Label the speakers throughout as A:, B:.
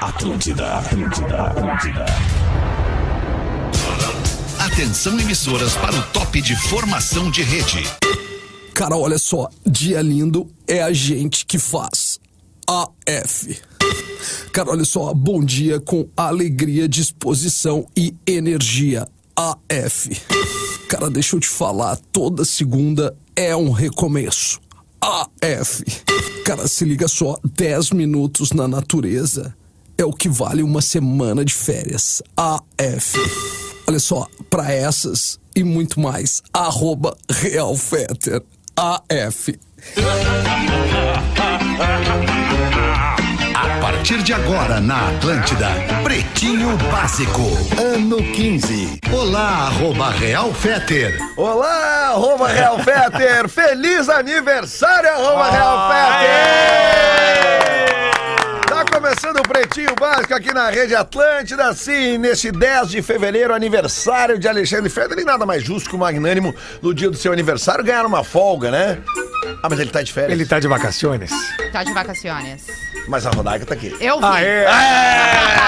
A: Atlântida, Atlântida, Atlântida.
B: Atenção emissoras para o top de formação de rede.
C: Cara, olha só, dia lindo é a gente que faz. AF. Cara, olha só, bom dia com alegria, disposição e energia. AF. Cara, deixa eu te falar, toda segunda é um recomeço. AF. Cara, se liga só, 10 minutos na natureza é o que vale uma semana de férias. AF. Olha só, para essas e muito mais, arroba Realfetter. AF.
B: A partir de agora na Atlântida, Pretinho Básico, ano 15. Olá, arroba Real Feter.
D: Olá, arroba Real Fetter! Feliz aniversário, arroba Real Fetter! Tá começando o Pretinho Básico aqui na Rede Atlântida, sim, neste 10 de fevereiro, aniversário de Alexandre Fetter. E nada mais justo que o magnânimo, no dia do seu aniversário, ganhar uma folga, né? Ah, mas ele tá de férias.
E: Ele tá de vacaciones.
F: Tá de vacaciones.
D: Mas a Rodaica tá aqui.
F: Eu vi.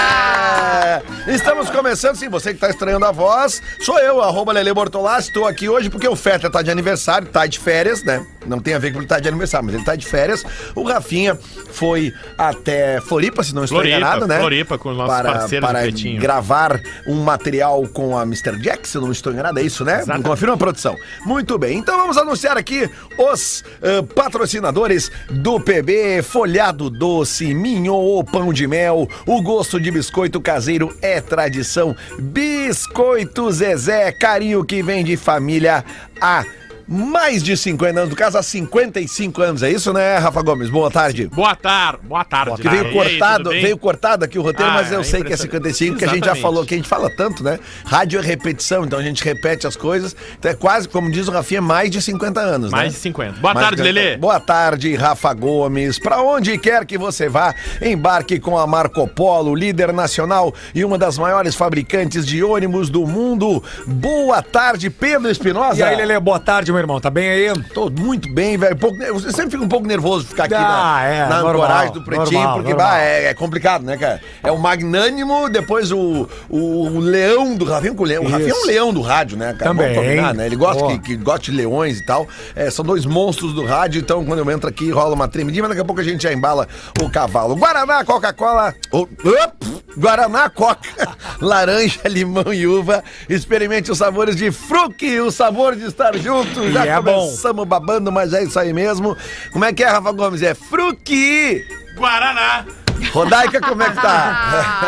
D: É! Estamos começando, sim, você que tá estranhando a voz, sou eu, arroba Lele Bortolassi, estou aqui hoje porque o Feta tá de aniversário, tá de férias, né? Não tem a ver com ele tá de aniversário, mas ele tá de férias. O Rafinha foi até Floripa, se não estou
G: Floripa,
D: enganado, né?
G: Floripa, com os nossos parceiros do
D: Para
G: Pretinho.
D: gravar um material com a Mr. Jack, se eu não estou enganado, é isso, né? Confirma a produção. Muito bem, então vamos anunciar aqui os eh, patrocinadores do PB, Folhado Doce, Minho, o Pão de Mel, o gosto de biscoito caseiro é tradição, Biscoito Zezé, carinho que vem de família a... Mais de 50 anos, no caso, há 55 anos, é isso, né, Rafa Gomes? Boa tarde.
G: Boa tarde, boa tarde.
D: Que
G: E
D: veio
G: aí,
D: cortado,
G: tudo bem?
D: veio cortado aqui o roteiro,
G: Ah,
D: mas eu
G: é
D: sei que é 55, que a gente já
G: Exatamente.
D: falou, que a gente fala tanto, né? Rádio é repetição, então a gente repete as coisas. Então é quase, como diz o Rafinha, mais de 50 anos, né?
G: Mais de 50. Boa
D: Mais de
G: tarde,
D: 50.
G: Lelê.
D: Boa tarde, Rafa Gomes. Para onde quer que você vá, embarque com a Marco Polo, líder nacional e uma das maiores fabricantes de ônibus do mundo. Boa tarde, Pedro Espinosa.
E: E aí, Lele, boa tarde, meu irmão. Tá bem aí?
D: Tô muito bem, velho. Pouco, eu sempre fico um pouco nervoso de ficar aqui
E: Ah,
D: na,
E: é,
D: na
E: normal,
D: ancoragem do Pretinho,
E: normal,
D: porque
E: normal.
D: bah, é, é complicado, né, cara? É o magnânimo, depois o, o, o leão do Rafinha. com O, leão, o Rafinha é um
E: Isso.
D: leão do rádio, né, cara?
E: Também.
D: Vamos combinar, né? Ele gosta, que,
E: Boa.
D: que gosta de leões e tal. É, são dois monstros do rádio, então quando eu entro aqui rola uma tremidinha, mas daqui a pouco a gente já embala o cavalo. Guaraná, Coca-Cola. o- op, Guaraná, Coca, laranja, limão e uva. Experimente os sabores de fruque, o sabor de estar junto. Já
E: E é bom.
D: começamos babando, mas é isso aí mesmo. Como é que é, Rafa Gomes? É fruque!
G: Guaraná.
D: Rodaica, como é que tá?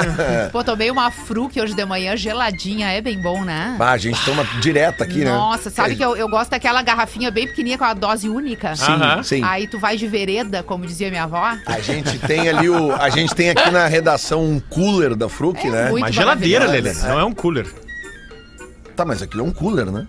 F: Pô, tomei uma fruque hoje de manhã, geladinha, é bem bom, né?
D: Ah, a gente toma direto aqui, né?
F: Nossa, sabe que eu, eu gosto daquela garrafinha bem pequenininha com a dose única?
G: Sim, Aham.
D: sim.
F: Aí tu vai de vereda, como dizia minha avó.
D: A gente tem ali o. A gente tem aqui na redação um cooler da Fruc,
F: É
D: né?
F: muito-
G: Uma geladeira, Lelê.
F: maravilhoso.
G: Não é um cooler.
D: Tá, mas aquilo é um cooler, né?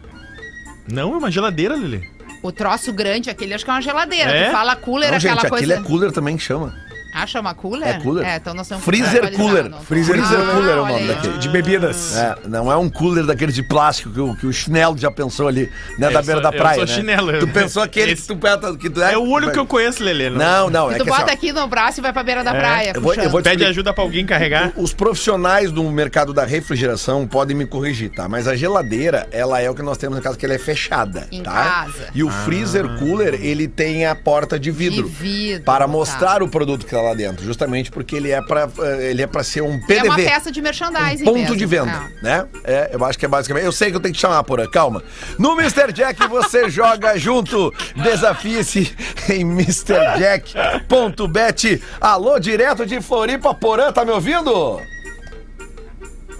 G: Não, é uma geladeira, Lelê.
F: O troço grande, aquele acho que é uma geladeira.
G: É?
F: Tu fala cooler,
D: Não,
F: aquela
D: gente,
F: coisa.
D: aquilo é cooler também que chama.
F: Ah, chama cooler?
D: É cooler.
F: É, então nós somos
D: Freezer
F: atualizados,
D: cooler.
F: não. Ah,
E: Freezer
D: cooler. Freezer cooler é o
F: olha
D: nome
F: aí.
D: daquele.
E: De bebidas.
D: É, não é um cooler daquele de plástico que o, que o chinelo já pensou ali, né?
G: É,
D: da
G: eu
D: beira
G: sou-
D: da
G: eu
D: praia.
G: sou
D: né?
G: chinelo.
D: Tu pensou aquele que
G: Esse-
D: tu peta- que tu
G: É o olho que eu conheço, Lelê.
D: Não, não,
F: Que
D: é
F: tu
D: que assim,
F: bota
D: ó,
F: aqui no braço e vai pra beira
G: É.
F: da praia. É
D: eu vou- eu
F: puxando.
D: vou te
G: Pede
D: explicar.
G: ajuda pra alguém carregar.
D: Os profissionais do mercado da refrigeração podem me corrigir, tá? Mas a geladeira, ela é o que nós temos na casa, que ela é fechada,
F: Em
D: tá?
F: casa.
D: E o freezer cooler, ele tem a porta de vidro.
F: De vidro,
D: Para
F: tá.
D: mostrar o produto que tá lá dentro, justamente porque ele é para ele é para ser um
F: É uma
D: PDV.
F: peça de merchandising.
D: Ponto
F: mesmo.
D: de venda,
F: É.
D: né? É, eu acho que é basicamente. Eu sei que eu tenho que chamar por calma. No Mr. Jack você joga junto. Desafie-se em MrJack.bet. Alô, direto de Floripa Porã, tá me ouvindo?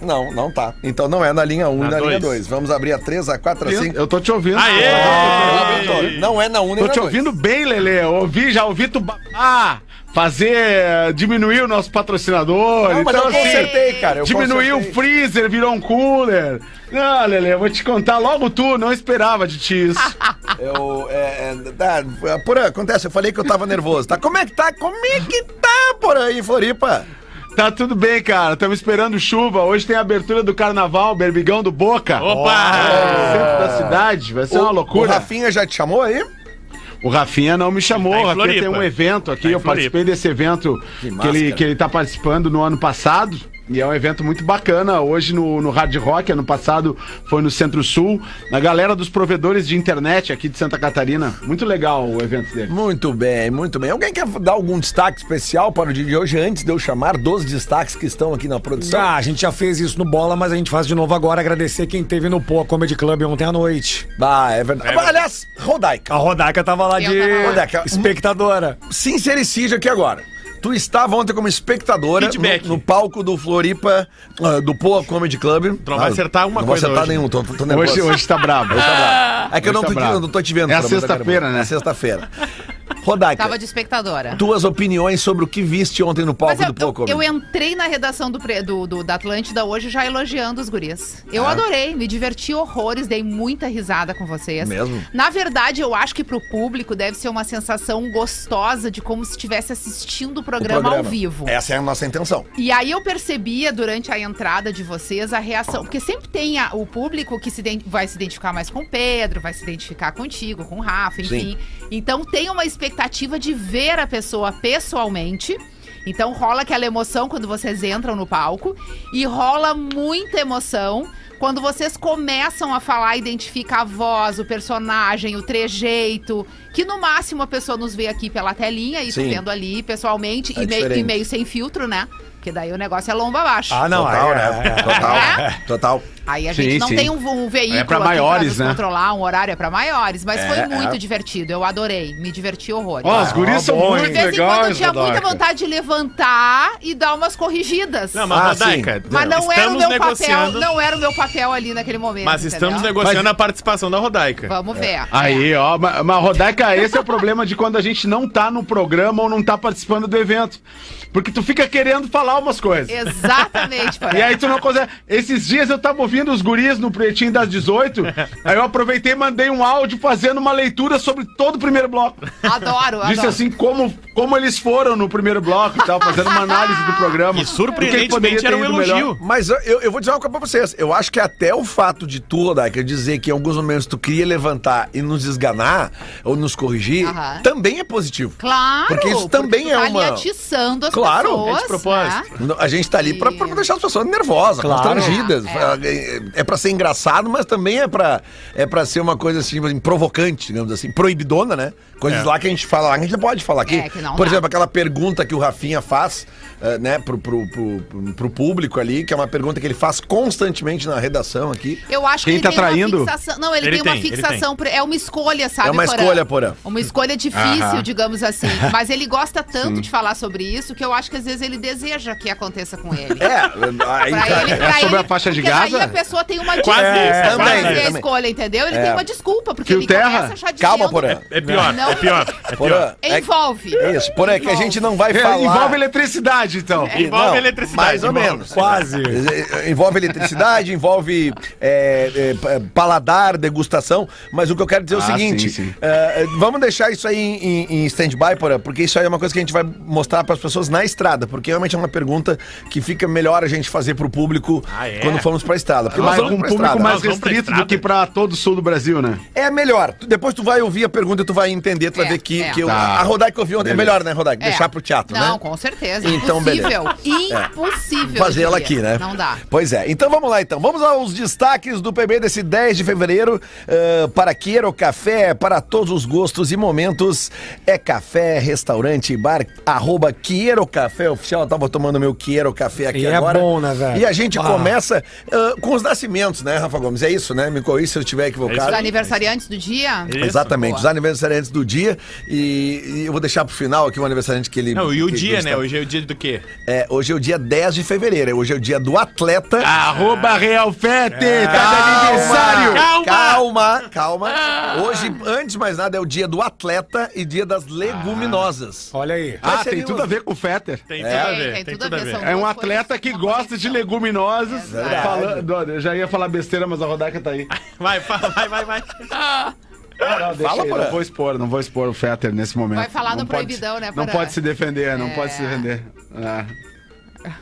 D: Não, não tá. Então não é na linha 1 um, e
G: Na
D: na linha 2.
G: dois.
D: Vamos abrir a 3, a 4, a 5.
H: Eu tô te ouvindo.
E: Ah,
G: Aê!
D: Não é na 1 um, nem
H: Tô
D: na
H: te
D: 2.
H: ouvindo bem, Lelê. Eu ouvi, já ouvi tu babar, fazer, eh, diminuir o nosso patrocinador.
D: Não, mas
H: então,
D: eu consertei, cara. Eu
H: diminuiu o
D: consertei.
H: freezer, virou um cooler. Não, Lelê, eu vou te contar logo tu, não esperava de ti isso.
D: Eu, é, é, tá, Porã, acontece, eu falei que eu tava nervoso, tá? Como é que tá? Como é que tá, Porã, em Floripa?
H: tá tudo bem, cara. Estamos esperando chuva. Hoje tem a abertura do carnaval, berbigão do Boca. É,
G: Opa!
H: Centro da cidade, vai
D: O-
H: ser é uma
D: O
H: loucura.
D: Rafinha já te chamou aí?
H: O O Rafinha não me chamou.
G: Ele tá em
H: o Rafinha tem
G: Floripa.
H: um evento aqui.
G: Tá em
H: eu participei desse evento que, ele, que ele tá participando no ano passado. E é um evento muito bacana. Hoje no, no Hard Rock, ano passado foi no Centro-Sul. Na galera dos provedores de internet aqui de Santa Catarina. Muito legal o evento dele.
D: Muito bem, muito bem. Alguém quer dar algum destaque especial para o dia de hoje antes de eu chamar dos destaques que estão aqui na produção?
E: Ah, a gente já fez isso no Bola, mas a gente faz de novo agora. Agradecer quem teve no Poa Comedy Club ontem à noite.
D: Ah, é verdade. Aliás, Rodaica,
E: A Rodaica tava lá
F: Ah, Eu
E: de
F: tava lá.
D: Rodaica,
E: espectadora.
D: sincericídio aqui agora. Tu estava ontem como espectadora
G: Feedback.
D: no, no palco do Floripa, ah, do Poa Comedy Club. Ah,
G: Tu não vai acertar uma
D: não
G: coisa
D: Não vou acertar
G: hoje.
D: nenhum, tô, tô nervoso.
H: Hoje, hoje tá brabo. Hoje tá bravo.
D: É que eu não,
H: Hoje
D: tô,
H: tá
D: te-
H: bravo.
D: não tô te vendo.
H: É a
D: Fernando Carmo.
H: sexta-feira, né?
D: É sexta-feira. Rodaica,
F: Tava de espectadora.
D: tuas opiniões sobre o que viste ontem no palco
F: Mas eu,
D: do Poa
F: eu, eu
D: Comedy.
F: entrei na redação do, pre- do- do- da Atlântida hoje já elogiando os guris. Eu
D: Ah.
F: adorei, me diverti horrores, dei muita risada com vocês.
D: Mesmo?
F: Na verdade, eu acho que pro público deve ser uma sensação gostosa de como se estivesse assistindo o programa, ao vivo.
D: Essa é a nossa intenção.
F: E aí eu percebia durante a entrada de vocês a reação, porque sempre tem a- o público que se iden- vai se identificar mais com o Pedro, vai se identificar contigo, com o Rafa, enfim. Então tem uma expectativa de ver a pessoa pessoalmente. Então rola aquela emoção quando vocês entram no palco e rola muita emoção quando vocês começam a falar, identifica a voz, o personagem, o trejeito, que no máximo a pessoa nos vê aqui pela telinha e tu
D: Sim.
F: vendo ali pessoalmente
D: É
F: e, meio, e
D: diferente.
F: meio sem filtro, né? Porque daí o negócio é lomba abaixo.
E: Ah, não.
D: Total,
E: é,
D: né?
E: é, é.
D: Total. Total.
F: Aí a
H: Sim,
F: gente não
H: sim.
F: tem um, um veículo
H: É pra
F: aqui
H: maiores,
F: nos
H: né?
F: controlar, um horário é pra maiores, mas
D: É,
F: foi muito
D: é.
F: divertido, eu adorei, me diverti horrores.
H: Ó, os guris são
E: bom,
H: muito
F: Ah, de vez em quando eu
H: legais,
F: tinha muita
H: Rodaica.
F: vontade de levantar e dar umas corrigidas.
G: Não,
D: Ah,
G: mas Rodaica,
D: sim.
F: mas não era o
G: estamos
F: meu papel,
G: negociando.
F: não era o meu papel ali naquele momento.
G: Mas
F: entendeu?
G: estamos negociando a participação da Rodaica.
F: Vamos ver.
H: Aí, ó, mas, mas Rodaica, esse é o problema de quando a gente não tá no programa ou não tá participando do evento. Porque tu fica querendo falar umas coisas.
F: É. Exatamente,
H: E aí
F: parece.
H: tu não consegue. Esses dias eu tava ouvindo os guris no pretinho das 18. aí eu aproveitei e mandei um áudio fazendo uma leitura sobre todo o primeiro bloco.
F: Adoro, adoro.
H: Disse assim como, como eles foram no primeiro bloco e tal, fazendo uma análise do programa.
G: E
H: Porque poderia
G: surpreendentemente
H: ter
G: era um
H: ido melhor.
G: elogio.
D: Mas eu- eu, eu vou dizer uma coisa pra vocês. Eu acho que até o fato de tu, Rodaica, dizer que em alguns momentos tu queria levantar e nos esganar ou nos corrigir,
F: Aham.
D: também é positivo.
F: Claro.
D: Porque isso também
F: tu tá
D: é uma-
F: Ali atiçando as
D: Claro, é de
F: pessoas.
G: propósito.
F: né?
D: A gente tá ali pra, pra deixar as pessoas nervosas, constrangidas. É. é pra ser engraçado, mas também é pra, é pra ser uma coisa assim, assim, provocante, digamos assim, proibidona, né? Coisas
G: É.
D: lá que a gente fala, lá, que a gente não pode falar aqui.
F: É, que não
D: Por
F: dá.
D: exemplo, aquela pergunta que o Rafinha faz, eh, né, pro, pro, pro, pro- pro público ali, que é uma pergunta que ele faz constantemente na redação aqui.
F: Eu acho
H: Quem
F: que ele
H: tá
F: tem
H: traindo?
F: uma fixação. Não, ele,
G: Ele
F: tem uma
G: tem, ele
F: fixação. por- É uma escolha, sabe?
D: É uma escolha, Porã.
F: Uma escolha difícil,
H: Aham.
F: digamos assim. Mas ele gosta tanto de falar sobre isso que eu acho que às vezes ele deseja que aconteça com ele.
D: É, aí,
F: Pra ele, pra
H: sobre
F: ele-
H: a faixa de
F: porque
H: Gaza?
F: Daí a pessoa tem uma
G: Quase
F: desculpa
G: isso,
F: pra
D: também,
F: fazer a
D: também.
F: escolha, entendeu? Ele tem uma desculpa, porque
H: Fio
F: ele
H: terra?
F: começa já dizendo...
D: É. Calma, Porã.
G: É pior,
F: Não.
G: é pior, é pior.
D: Porã, é,
F: Envolve.
D: é isso, Porã, é que a gente não vai
H: É,
D: falar...
H: Envolve eletricidade, então.
F: É.
G: Envolve
D: Não,
G: eletricidade.
D: Mais ou
G: irmão.
D: menos.
E: Quase.
D: É, é, Envolve eletricidade, envolve é, é, pa- paladar, degustação, mas o que eu quero dizer é o
H: Ah,
D: seguinte:
H: sim, sim.
D: é, é, vamos deixar isso aí em, em- em stand-by, Porã, porque isso aí é uma coisa que a gente vai mostrar para as pessoas na estrada, porque realmente é uma pergunta que fica melhor a gente fazer para o público
G: Ah, é?
D: quando formos para a estrada. Porque nós
H: Mas
D: vamos
H: com um
D: pra
H: público
D: estrada.
H: mais
G: Nós vamos pra
H: restrito do
G: estrada.
H: que pra todo o sul do Brasil, né?
D: É melhor. Tu- Depois tu vai ouvir a pergunta e tu vai entender, tu vai
F: É,
D: ver que,
F: é.
D: que eu-
H: Tá.
D: a Rodaica que eu vi ontem é melhor, né, Rodaica?
F: É.
D: Deixar pro teatro, né?
F: Não, com certeza.
D: Então, É.
F: Impossível. Impossível.
D: fazer ela
F: eu diria.
D: aqui, né?
F: Não dá.
D: Pois é. Então vamos lá, então. Vamos aos destaques do PB desse 10 de fevereiro. Ah, para Quero Café, é para todos os gostos e momentos. É café, restaurante, bar, arroba Quero Café Oficial. Eu tava tomando meu Quero Café aqui
E: E é
D: agora.
E: bom, né, velho?
D: E a gente
E: Ah.
D: começa ah, com os nascimentos, né, Rafa Gomes? É isso, né? Me corrija se eu estiver
F: Os
D: equivocado.
F: aniversariantes do dia...
G: Isso.
D: Exatamente,
F: Boa.
D: os aniversariantes do dia. E, e eu vou deixar pro final aqui um aniversariante que ele.
G: Não, e o
D: que- que
G: dia,
D: está-
G: né? Hoje é o dia do quê?
D: É, hoje é o dia 10 de fevereiro. Hoje é o dia do atleta.
E: Ah,
H: Arroba Real Fete,
D: Calma,
H: tá de aniversário.
D: Calma! Calma, calma.
H: Ah.
D: Hoje, antes de mais nada, é o dia do atleta e dia das leguminosas.
E: Olha aí.
H: Ah,
D: seria
H: tem
D: um-
H: tudo a ver com o Fetter.
G: Tem tudo a ver,
F: É, Tem,
G: tem,
F: tem
G: tudo a ver.
F: são-
H: É um atleta que gosta de leguminosas.
D: É Verdade.
H: Falando, olha, eu já ia falar besteira, mas a Rodaica tá aí.
G: Vai, fala, vai, vai, vai.
H: Não, não, deixa
D: Fala,
H: aí,
D: Porã.
H: não vou expor, não vou expor o Fetter nesse momento.
F: Vai falar
H: não
F: no proibidão, né,
H: Não
F: Porã?
H: pode se defender, não
F: É.
H: pode se defender. Ah.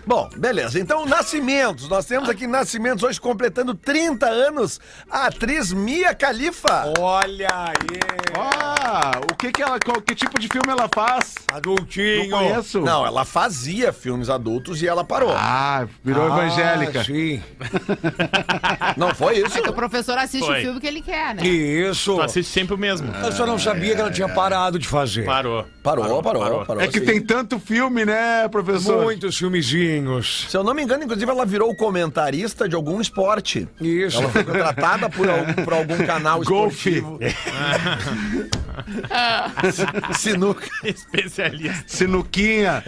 D: Bom, beleza. Então, nascimentos. Nós temos aqui nascimentos hoje completando 30 anos. A atriz Mia Khalifa.
E: Olha aí.
H: ela. O que que ela. Qual, que tipo de filme ela faz?
E: Adultinho.
H: Não conheço.
D: Não, ela fazia filmes adultos e ela parou.
H: Ah, virou evangélica.
E: Ah, sim.
D: Não foi isso?
F: Porque o professor assiste
G: Foi.
F: o filme que ele quer, né?
E: Que isso.
G: Tu assiste sempre o mesmo.
E: Eu só não sabia que ela tinha parado de fazer.
G: Parou.
D: Parou, parou, parou.
H: É que
D: sim.
H: tem tanto filme, né, professor?
E: Muitos filmezinhos.
D: Se eu não me engano, inclusive, ela virou o comentarista de algum esporte.
E: Isso. Né?
D: Ela foi contratada por, al- por algum canal
H: Golfe.
D: esportivo.
F: Ah.
D: Sinuca.
G: Especialista.
H: Sinuquinha.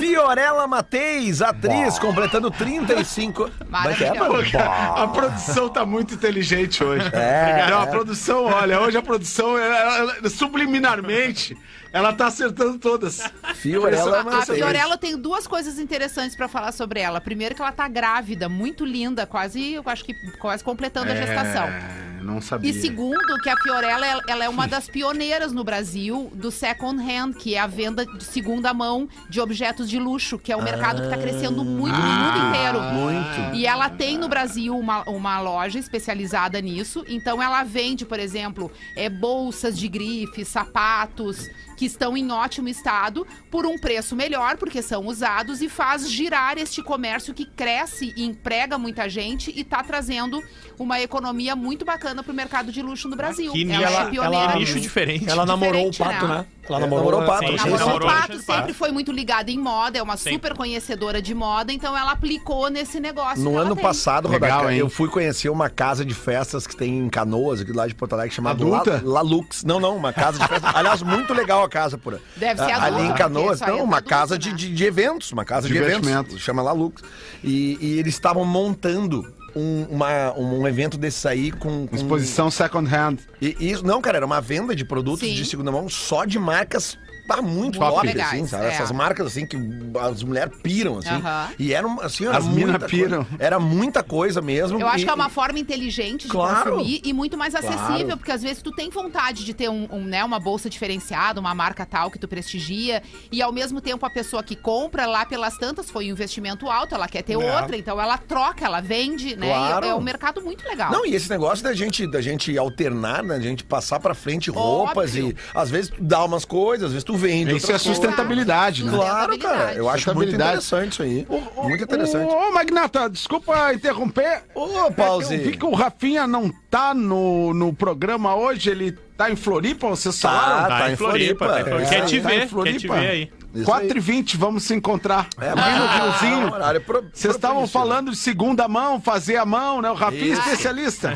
D: Fiorella Mateis, atriz, completando 35... Mas é,
F: Maravilhosa.
D: mano?
H: A produção tá muito inteligente hoje.
D: É.
H: Não, a produção, olha, hoje a produção, ela- ela- ela- subliminarmente, ela tá acertando todas.
D: Fiorella
F: A, a
D: Mateis.
F: Fiorella tem duas coisas interessantes pra falar sobre ela. Primeiro que ela tá grávida, muito linda, quase, eu acho que quase completando a gestação.
H: É, não sabia.
F: E segundo, que a Fiorella ela- ela é uma das pioneiras no Brasil do second hand, que é a venda de segunda mão de objetos de luxo, que é um mercado que está crescendo muito no mundo inteiro.
D: Ah.
F: Muito. E ela tem no Brasil uma, uma loja especializada nisso, então ela vende, por exemplo, é, bolsas de grife, sapatos que estão em ótimo estado por um preço melhor, porque são usados e faz girar este comércio que cresce e emprega muita gente e está trazendo uma economia muito bacana pro mercado de luxo no Brasil.
G: Que
F: ela, é
G: nicho,
F: pioneira.
G: ela, nicho diferente.
E: Ela namorou o
F: Diferente,
E: pato,
F: né?
E: né? Ela
D: namorou o pato.
E: Sim,
F: Ela
G: Alexandre
F: namorou Tá o Pato,
G: é Alexandre Pato.
F: sempre foi muito ligada em moda, é uma
G: Sempre.
F: super conhecedora de moda, então ela aplicou nesse negócio. que
D: No
F: ela
D: ano
F: tem.
D: passado,
H: Legal,
D: Rodaica,
H: hein?
D: eu fui conhecer uma casa de festas que tem em Canoas, aqui lá de Porto Alegre, chamada
H: Adulta?
D: La, La Lux. Não, não, uma casa de festas. Aliás, muito legal a casa, por
F: Deve ser
D: a-
F: adulta,
D: Ali em
F: porque
D: Canoas,
F: isso aí
D: não,
F: é
D: uma
F: adulto,
D: casa
F: né?
D: de, de, de eventos, uma casa de
H: Divertimento.
D: eventos, chama La Lux. E, e eles estavam montando um, uma- um evento desse aí com... com-
H: Exposição second hand.
D: E, e isso, não, cara, era uma venda de produtos
F: Sim.
D: de segunda mão só de marcas tá muito
F: Muito
D: top,
F: legais,
D: assim, sabe?
F: é.
D: Essas marcas, assim, que as mulheres piram, assim.
F: Aham.
D: E era, um- assim, era
H: As mina
D: muita
H: piram.
D: coisa- era muita coisa mesmo.
F: Eu acho
D: e-
F: que é uma forma inteligente de
D: Claro.
F: consumir e muito mais acessível,
D: Claro.
F: porque às vezes tu tem vontade de ter um, um, né, uma bolsa diferenciada, uma marca tal que tu prestigia, e ao mesmo tempo a pessoa que compra lá pelas tantas foi um investimento alto, ela quer
G: É.
F: ter outra, então ela troca, ela vende, né? E
D: Claro.
F: é um mercado muito legal.
D: Não, e esse negócio da gente, da gente alternar, né? Da gente passar pra frente roupas
F: Óbvio.
D: e às vezes tu dá umas coisas, às vezes tu vende.
H: Isso é
D: outras coisas.
H: sustentabilidade, né?
D: Claro, cara. Eu acho muito
H: Sustentabilidade.
D: interessante isso aí. Muito interessante.
H: Ô, ô, Magnata, desculpa interromper.
D: Ô,
H: É que eu vi
D: Pause.
H: que o Rafinha não tá no, no programa hoje, ele tá em Floripa, vocês falaram?
D: tá em Floripa.
G: tá em
D: É,
G: Floripa. Quer te
H: tá em
G: ver, quer te
H: Floripa.
G: ver aí.
D: Isso
H: 4h20, vamos se encontrar.
D: É,
H: Aqui
D: mas-
H: no Riozinho.
D: Ah, horário pro-
H: Vocês estavam
D: propício, né?
H: falando de segunda mão, fazer a mão, né? O Rafinha é
D: Isso.
H: especialista.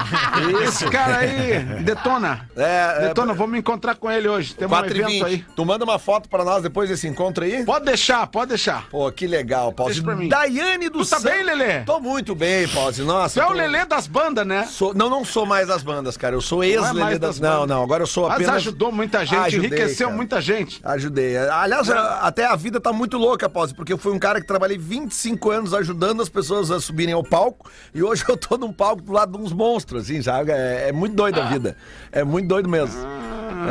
H: Esse cara aí detona.
D: É, é,
H: detona, vamos me encontrar com ele hoje. Tem um
D: 4 e
H: evento
D: 20.
H: aí.
D: Tu manda uma foto pra nós depois desse encontro aí?
H: Pode deixar, pode deixar.
D: Pô, que legal, Pause.
H: Deixa pra mim.
D: Daiane do
H: Tu tá
D: San-
H: bem, Lelê?
D: É. Tô muito bem, Pause.
H: Tu
D: Nossa.
H: é o
D: tô-
H: Lelê das bandas, né?
D: Sou- não, não sou mais das bandas, cara. Eu sou
H: Não é
D: ex-Lelê
H: mais
D: das...
H: das
D: Não,
H: bandas.
D: não. Agora eu sou
H: Mas
D: apenas... Ah,
H: ajudou muita gente,
D: Ajudei,
H: enriqueceu
D: cara.
H: muita gente.
D: Ajudei. Aliás, a- até a vida tá muito louca, Pause, porque eu fui um cara que trabalhei 25 anos ajudando as pessoas a subirem ao palco e hoje eu tô num palco do lado de uns monstros, assim, sabe? É, é muito doido
H: Ah.
D: a vida. É muito doido mesmo.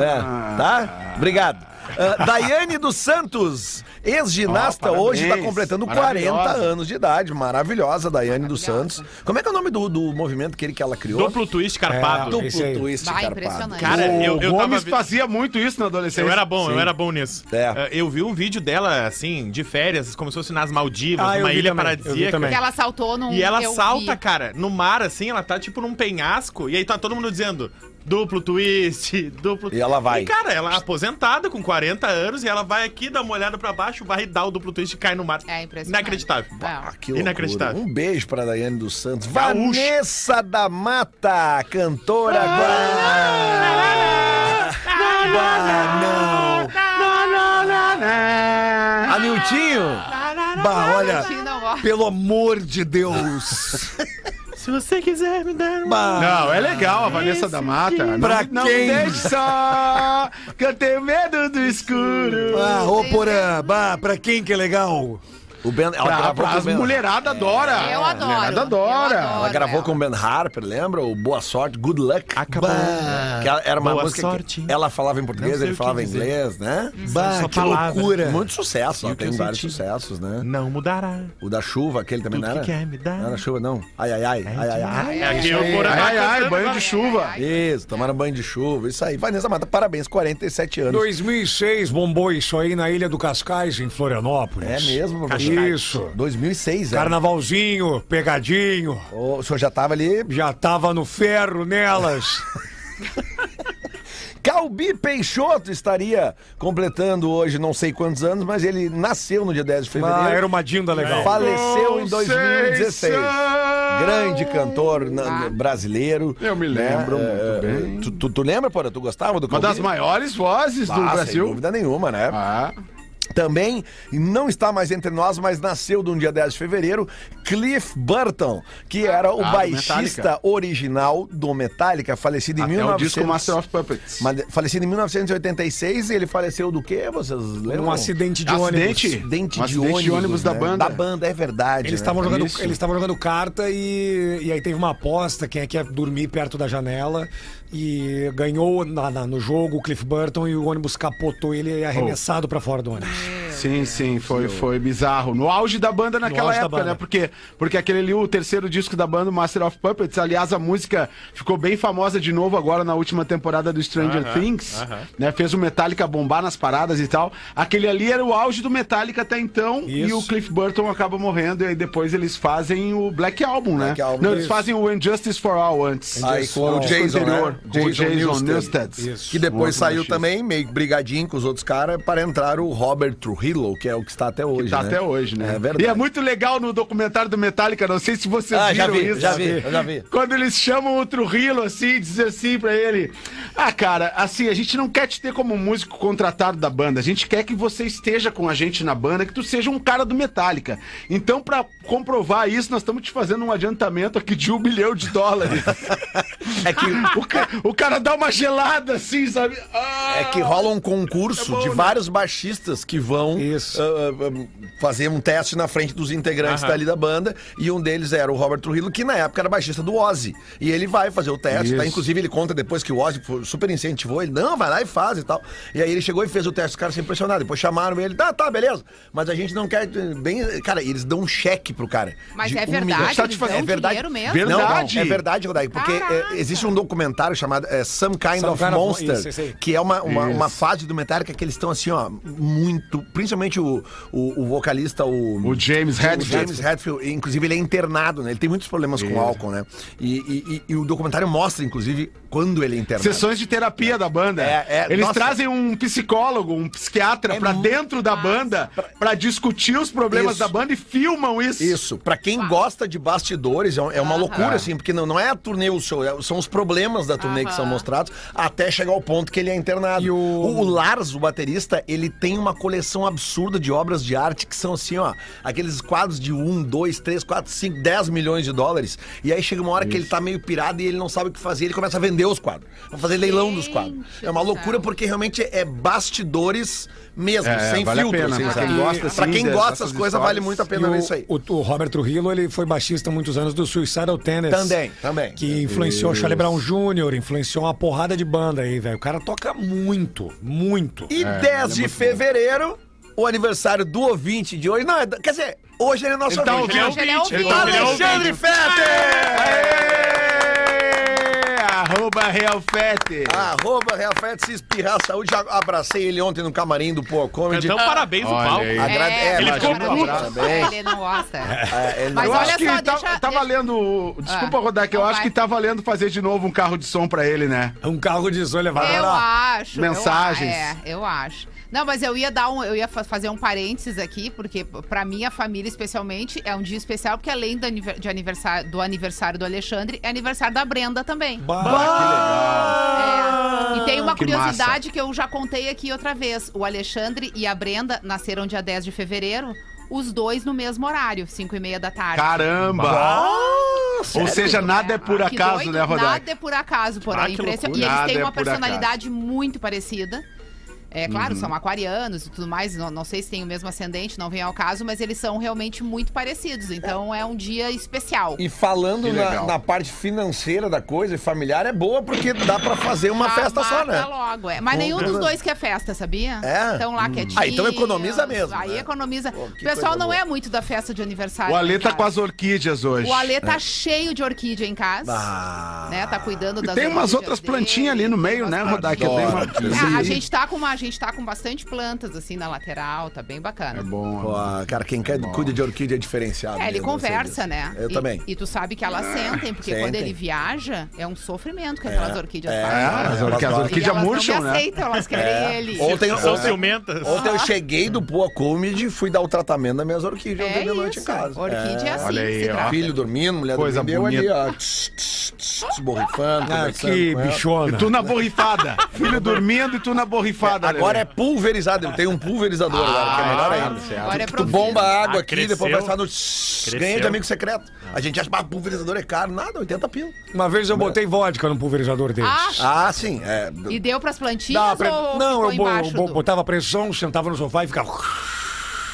D: É, tá? Obrigado. Ah, Daiane dos Santos, ex-ginasta,
H: Ó, parabéns.
D: hoje está completando 40
H: Maravilhosa.
D: anos de idade. Maravilhosa, Daiane dos Santos. Como é que é o nome do, do movimento que, ele, que ela criou?
G: Duplo twist carpado.
D: É.
E: Esse aí.
D: twist,
F: Vai,
D: carpado.
F: impressionante.
G: Cara, eu,
H: o
G: eu tava...
H: Gomes
G: vi-
H: fazia muito isso na adolescência.
G: Eu era bom, eu era bom nisso.
D: É.
G: Eh, Eu vi um vídeo dela, assim, de férias, como se fosse nas Maldivas,
E: Ah, eu
G: numa
E: vi
G: ilha
E: também, eu vi
G: paradisíaca.
E: também.
F: Porque ela saltou num.
G: E ela
F: eu
G: salta,
F: vi.
G: cara, no mar, assim, ela tá tipo num penhasco, e aí tá todo mundo dizendo duplo twist, duplo
D: E ela vai.
G: E, cara, ela é aposentada com 40 anos, e ela vai aqui, dá uma olhada pra baixo, vai dar o duplo twist e cai no mar.
F: É impressionante.
G: Inacreditável.
F: É.
D: Ah, que loucura.
G: Inacreditável.
D: Um beijo pra Daiane dos Santos.
G: Gaúcho. Ah!
D: Vanessa da Mata, cantora.
G: Ah!
D: Guaraná. Amiltinho.
F: Ah,
D: Bah, olha,
F: Cristina, ó.
D: pelo amor de Deus.
G: Se você quiser me dar um uma.
D: Bah,
H: Não, é legal a Vanessa da Mata.
D: Pra
H: não, não
D: quem?
H: deixe só, que eu tenho medo do escuro.
E: Ah, ô Porã, bah, pra quem que é legal?
D: O Ben- ela
H: Pra,
D: gravou
H: pra
D: com o
H: as
D: Ben-
H: mulherada adora.
F: É, Eu adoro.
H: Mulherada adora.
F: Eu
D: Ela
F: adoro
D: gravou com o Ben Harper, lembra? O Boa Sorte, Good Luck.
G: Acabou.
D: Bah, que ela- era uma
G: Boa
D: música
G: sorte.
D: que ela falava em
G: Não
D: português,
G: sei
D: ele
G: o que
D: falava em
G: dizer.
D: inglês, né?
G: Bah, só que palavras. loucura.
D: Muito sucesso,
G: E
D: ela
G: o que
D: tem
G: eu
D: vários
G: senti.
D: sucessos, né?
G: Não mudará.
D: O da chuva, aquele também
G: Tudo
D: não era?
G: que quer me É dar.
D: Não era chuva, não. Ai, ai, ai, ai, ai, ai.
G: Aqui eu
H: Ai, ai, ai,
G: cantando
H: banho
G: agora.
H: de chuva.
D: Isso, tomaram banho de chuva, isso aí. Vanessa Mata, parabéns, 47 anos.
E: 2006 bombou isso aí na Ilha do Cascais, em Florianópolis.
D: É mesmo, professor?
E: Isso.
D: 2006, é.
E: Carnavalzinho, pegadinho.
D: O senhor já tava ali.
E: Já tava no ferro nelas.
D: Calbi Peixoto estaria completando hoje não sei quantos anos, mas ele nasceu no dia 10 de fevereiro.
E: Ah, era uma dinda legal.
D: Faleceu em 2016.
H: Conceição. Ah.
D: Grande cantor na- brasileiro.
H: Eu me lembro
D: né?
H: muito
D: Eh,
H: bem.
D: Tu, tu- tu lembra, Porã? Tu gostava do
H: Uma
D: Calbi?
H: das maiores vozes do
D: Ah, Sem
H: Brasil.
D: dúvida nenhuma, né?
H: Ah,
D: Também não está mais entre nós, mas nasceu de um dia 10 de fevereiro, Cliff Burton, que era o
H: Ah, do
D: baixista
H: Metallica.
D: original do Metallica, falecido em
H: até o
D: 1900...
H: disco Master of Puppets.
D: Mas falecido em 1986, ele faleceu do quê? Vocês lembram?
E: Um acidente de
H: Acidente?
E: ônibus.
D: Acidente de
H: Um acidente
D: ônibus,
H: de ônibus da
D: né?
H: banda.
D: Da banda, é verdade.
E: Eles
D: né?
E: estavam jogando,
H: Isso.
E: eles estavam jogando carta e, e aí teve uma aposta quem é que ia dormir perto da janela e ganhou na- na- no jogo o Cliff Burton e o ônibus capotou ele e é arremessado pra fora do ônibus.
H: Sim, sim, foi, foi bizarro. No auge da banda naquela
E: auge da
H: época,
E: banda.
H: né? Porque, porque aquele ali, o terceiro disco da banda, o Master of Puppets, aliás, a música ficou bem famosa de novo agora na última temporada do Stranger Things, né? Fez o Metallica bombar nas paradas e tal. Aquele ali era o auge do Metallica até então, e
E: Isso.
H: o Cliff Burton acaba morrendo, e aí depois eles fazem o Black Album, né?
D: Black Album,
H: Não, eles
D: isso.
H: fazem o Injustice for All antes.
D: Aí com o
H: disco
D: Jason,
H: anterior,
D: né?
H: com o
D: Jason
H: Jason
D: Newsted.
H: Newsted.
D: Que
H: Um
D: depois
H: outro
D: saiu
H: baixista.
D: também, meio brigadinho com os outros caras, para entrar o Robert Trujillo, que é o que está até hoje.
H: Que tá
D: né?
H: até hoje, né?
D: É verdade.
H: E é muito legal no documentário do Metallica, não sei se vocês
D: Ah, já
H: viram
D: vi,
H: isso.
D: já vi, eu já vi.
H: Quando eles chamam o Trujillo assim, dizem assim pra ele: Ah, cara, assim, a gente não quer te ter como músico contratado da banda, a gente quer que você esteja com a gente na banda, que tu seja um cara do Metallica. Então, pra comprovar isso, nós estamos te fazendo um adiantamento aqui de um milhão de dólares.
D: É que,
H: o, ca- o cara dá uma gelada assim, sabe? Ah!
D: é que rola um concurso
H: bom,
D: de
H: né?
D: vários baixistas que vão
E: Isso.
D: ah, ah, ah, fazer um teste na frente dos integrantes
G: Aham.
D: dali da banda. E um deles era o Robert Trujillo, que na época era baixista do Ozzy. E ele vai fazer o teste, tá?
H: Isso.
D: Inclusive, ele conta depois que o Ozzy foi- super incentivou ele. Não, vai lá e faz e tal. E aí ele chegou e fez o teste, os caras se impressionaram. Depois chamaram ele, tá, tá, beleza. Mas a gente não quer eh, bem. Cara, eles dão um cheque pro cara.
F: Mas
D: de
F: é
D: um milhão.
F: verdade,
D: Só te
F: eles
D: fazer-
F: dão
D: é verdade.
F: dinheiro mesmo?
D: Verdade.
H: Verdade.
D: Não, é verdade, Rodaico, porque eh,
F: Caraca.
D: existe um documentário chamado eh, Some Kind
E: Some
D: of
E: Kind of Mon-
D: Monster,
E: isso, isso aí.
D: que é uma, uma, uma fase do Metallica que eles estão assim, ó, muito. Principalmente o, o, o vocalista, o.
H: O James Hetfield.
D: O James Hetfield, inclusive, ele é internado, né? Ele tem muitos problemas com álcool, né? E, e- e- e o documentário mostra, inclusive, quando ele é internado.
H: Sessões de terapia da banda.
D: É, é,
H: Eles
D: nossa.
H: trazem um psicólogo, um psiquiatra pra dentro da banda pra discutir os problemas
D: Isso.
H: da banda e filmam isso.
D: Isso, pra quem gosta de bastidores, é um- é uma loucura, assim, porque não, não é a turnê o show, é- são os problemas da turnê que são mostrados até chegar ao ponto que ele é internado.
E: E o-
D: o Lars, o baterista, ele tem uma coleção absurda de obras de arte que são assim, ó, aqueles quadros de 1, 2, 3, 4, 5, 10 milhões de dólares. E aí chega uma hora que ele tá meio pirado e ele não sabe o que fazer, ele começa a vender os quadros. Vai fazer leilão dos quadros.
F: Gente
D: É uma
F: do
D: loucura
F: céu.
D: porque realmente é bastidores mesmo,
H: É,
D: sem
H: vale a
D: filtro.
H: pena,
D: assim,
H: pra
D: sabe?
H: quem gosta,
D: pra
H: assim,
D: quem
H: de-
D: gosta
H: dessas
D: essas coisas, vale
H: histórias.
D: muito a
E: E
D: pena ver é isso aí.
E: o, o, o Robert Trujillo, ele foi baixista há muitos anos do Suicidal Tennis.
D: Também, também.
E: Que influenciou o Charlie Brown Jr., influenciou uma porrada de banda aí, velho. O cara toca muito,
H: É,
E: muito.
D: E 10 de fevereiro, o aniversário do ouvinte de hoje. Não, é- quer dizer, hoje ele é nosso
H: Ele tá
D: ouvinte.
H: ouvindo.
F: Hoje ele é ouvinte.
D: Alexandre Fetter!
H: Aê! Arroba Real Fete.
F: Ah,
D: Arroba Real Fetter, se espirrar saúde. Já abracei ele ontem no camarim do Pô Comedy.
G: Então, parabéns, o
H: Olha
G: palco.
H: aí.
D: Agrade- é,
G: ele
D: mas já
G: ficou
H: um
F: não
G: puto.
F: gosta,
D: abraça bem.
F: Ele não gosta.
D: É, ele
F: Mas
H: Eu
D: não-
F: olha
H: acho que
F: só,
H: tá,
F: deixa-
H: tá
F: deixa-
H: valendo. Desculpa,
F: Ah,
H: Rodar, que eu
F: não
H: acho
F: vai.
H: que tá valendo fazer de novo um carro de som pra ele, né?
E: Um carro de som levado.
F: Eu acho.
H: Ah,
F: Eu,
H: Mensagens.
F: a- é, eu acho. Não, mas eu ia dar um, eu ia fa- fazer um parênteses aqui, porque pra minha família especialmente é um dia especial, porque além do, aniver- de aniversário, do aniversário do Alexandre, é aniversário da Brenda também.
H: Ah,
F: É. E tem uma
H: Que
F: curiosidade que eu já contei aqui outra vez. O Alexandre e a Brenda nasceram dia 10 de fevereiro, os dois no mesmo horário, 5 e meia da tarde.
H: Caramba! Ou seja, nada é por
F: Ah, que
H: acaso,
F: doido.
H: né, Rodar?
F: Nada é por acaso, por
G: Ah,
F: aí.
G: que
F: Impression-
G: loucura.
F: E eles
H: Nada
F: têm
H: é
F: uma
H: por
F: personalidade muito parecida. É claro,
H: Uhum.
F: são aquarianos e tudo mais. Não, não sei se tem o mesmo ascendente, não vem ao caso, mas eles são realmente muito parecidos. Então é um dia especial.
D: E falando
H: Que
D: na,
H: legal.
D: na parte financeira da coisa e familiar, é boa porque dá pra fazer uma
F: Tá,
D: festa só,
F: marca
D: né?
F: logo, é. Mas nenhum dos dois quer festa, sabia?
D: É?
F: Então
H: Hum.
F: lá quietinho.
D: Ah, então economiza mesmo,
F: Aí
D: né?
F: economiza.
D: Pô,
F: o
D: que
F: pessoal
D: coisa
F: não
D: boa.
F: é muito da festa de aniversário.
H: O Alê
F: né,
H: tá
F: cara?
H: com as orquídeas hoje. É.
F: O
H: Ah.
F: Alê tá cheio de orquídea em casa.
D: Ah,
F: Né? Tá cuidando
H: E
F: das
H: tem
F: orquídeas
H: umas outras
F: dele.
H: plantinhas ali no meio, né, Rodar? Que tem uma...
F: É, a gente tá com uma, a gente tá com bastante plantas assim na lateral, tá bem bacana.
H: É bom.
D: Pô, cara, quem quer, cuida de orquídea é diferenciado.
F: É, ele
D: mesmo, eu sei
F: conversa,
D: disso.
F: né?
D: Eu
F: E-
D: também. Ah,
F: E tu sabe que elas sentem, porque
D: Sentem.
F: quando ele viaja, é um sofrimento que aquelas orquídeas
D: É,
F: fazem.
H: As,
D: Elas
H: orqui- as
D: gostam.
F: E
H: orquídeas
F: elas
H: Ah, murcham,
F: não me
H: né?
F: aceitam, elas querem ele.
D: Ontem,
G: São
D: ontem,
G: ciumentas.
D: ontem eu cheguei do Poa Comedy e fui dar o tratamento das minhas orquídeas ontem
F: É
D: de noite em
F: isso.
D: casa.
F: Orquídea é, assim
H: Olha
F: que
H: aí,
F: se
H: ó.
F: trata.
D: Filho dormindo, mulher
H: Coisa
D: dormindo, eu ali,
H: bonita.
D: ó, tss, tss, tss, tss, borrifando,
E: Ah,
D: conversando
E: que
D: com ela.
E: bichona.
H: E tu na borrifada. Filho dormindo e tu na borrifada.
D: Agora
H: Lelê.
D: é pulverizado, ele tem um pulverizador agora, que é melhor ainda.
F: Agora é
D: Tu
F: profundo.
D: bomba a água
G: Ah,
D: aqui, depois vai
G: cresceu.
D: estar no. Ganha de
G: Cresceu.
D: amigo secreto. A gente acha que pulverizador é caro, nada, 80 pila.
E: Uma vez eu botei vodka no pulverizador deles.
F: Ah,
D: Ah, sim. É,
F: e deu pras
E: Dá
F: plantinhas
E: pra-
F: ou
E: Não,
F: ficou
E: eu, bo-
F: embaixo
E: eu bo-
F: do-
E: botava pressão, sentava no sofá e ficava.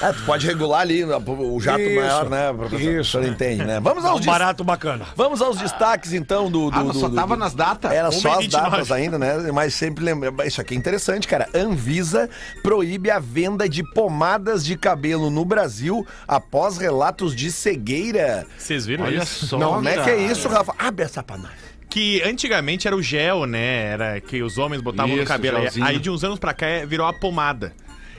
D: é, tu pode regular ali né, o jato
E: Isso.
D: maior, né, professor?
E: Isso.
D: O senhor entende, né? Vamos aos,
E: Um
D: des-
E: barato bacana.
D: Vamos aos destaques, então, do. do,
H: Ah, mas
D: do-
H: só
D: do-
H: tava
D: do-
H: nas datas?
D: Era
G: Uma Um e
D: só as
G: vinte e nove.
D: datas ainda, né? Mas sempre lembra. Mas Isso aqui é interessante, cara. Anvisa proíbe a venda de pomadas de cabelo no Brasil após relatos de cegueira.
G: Vocês viram
H: Olha
G: isso?
H: só.
D: Como é que é
H: cara.
D: isso, Rafa? Abre essa pra nós.
G: Que antigamente era o gel, né? Era que os homens botavam
H: Isso,
G: no cabelo. Aí-
H: gelzinho.
G: Aí de uns anos pra cá é- virou a pomada.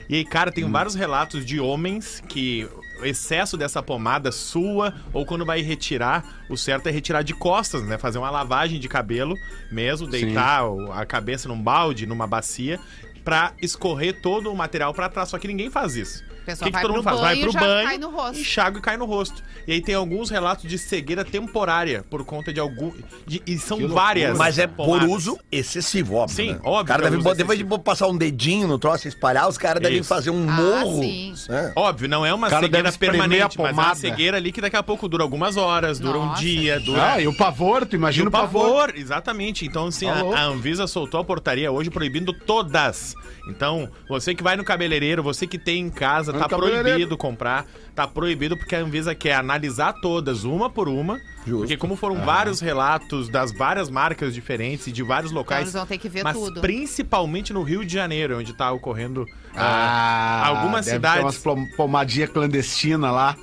G: E aí, cara,
H: Hum.
G: tem vários relatos de homens que o excesso dessa pomada sua, ou quando vai retirar, o certo é retirar de costas, né? Fazer uma lavagem de cabelo mesmo, deitar o- a cabeça num balde, numa bacia, pra escorrer todo o material pra trás. Só que ninguém faz isso.
F: O
G: O que,
F: pessoal
G: que
F: vai
G: todo
F: pro
G: mundo faz? Vai
F: banho e
G: pro
F: já
G: banho,
F: cai no rosto.
G: enxágua e cai no rosto. E aí tem alguns relatos de cegueira temporária por conta de algum. de- e são várias.
D: Mas é por
G: pomadas.
D: uso excessivo, óbvio.
G: Sim,
D: né?
G: óbvio
D: O cara
G: que é
D: deve,
G: uso
D: bo- depois de
G: excessivo.
D: bo- passar um dedinho no troço e espalhar, os caras devem
G: Isso.
D: fazer um
F: Ah,
D: morro.
F: sim.
D: né?
G: Óbvio, não é uma
H: O cara
G: cegueira
H: deve espremer
G: permanente, mas
H: a
G: é uma
H: pomada.
G: cegueira ali que daqui a pouco dura algumas horas, dura um
F: Nossa,
G: dia,
F: gente.
G: dura.
H: Ah, e o pavor, tu
G: E
H: imagina
G: o
H: o pavor.
G: pavor, exatamente. Então, assim,
H: Tá
G: a,
H: louco.
G: a Anvisa soltou a portaria hoje proibindo todas. Então, você que vai no cabeleireiro, você que tem em casa,
H: Vai
G: tá
H: no cabeleireiro.
G: proibido comprar. Tá proibido porque a Anvisa quer analisar todas, uma por uma. Porque como foram vários relatos das várias marcas diferentes e de vários locais.
F: Então, eles vão ter que ver
G: mas
F: tudo.
G: principalmente no Rio de Janeiro, onde tá ocorrendo ah,
H: Ah,
G: algumas
H: deve ter
G: cidades.
H: umas pom- pomadinha clandestina lá.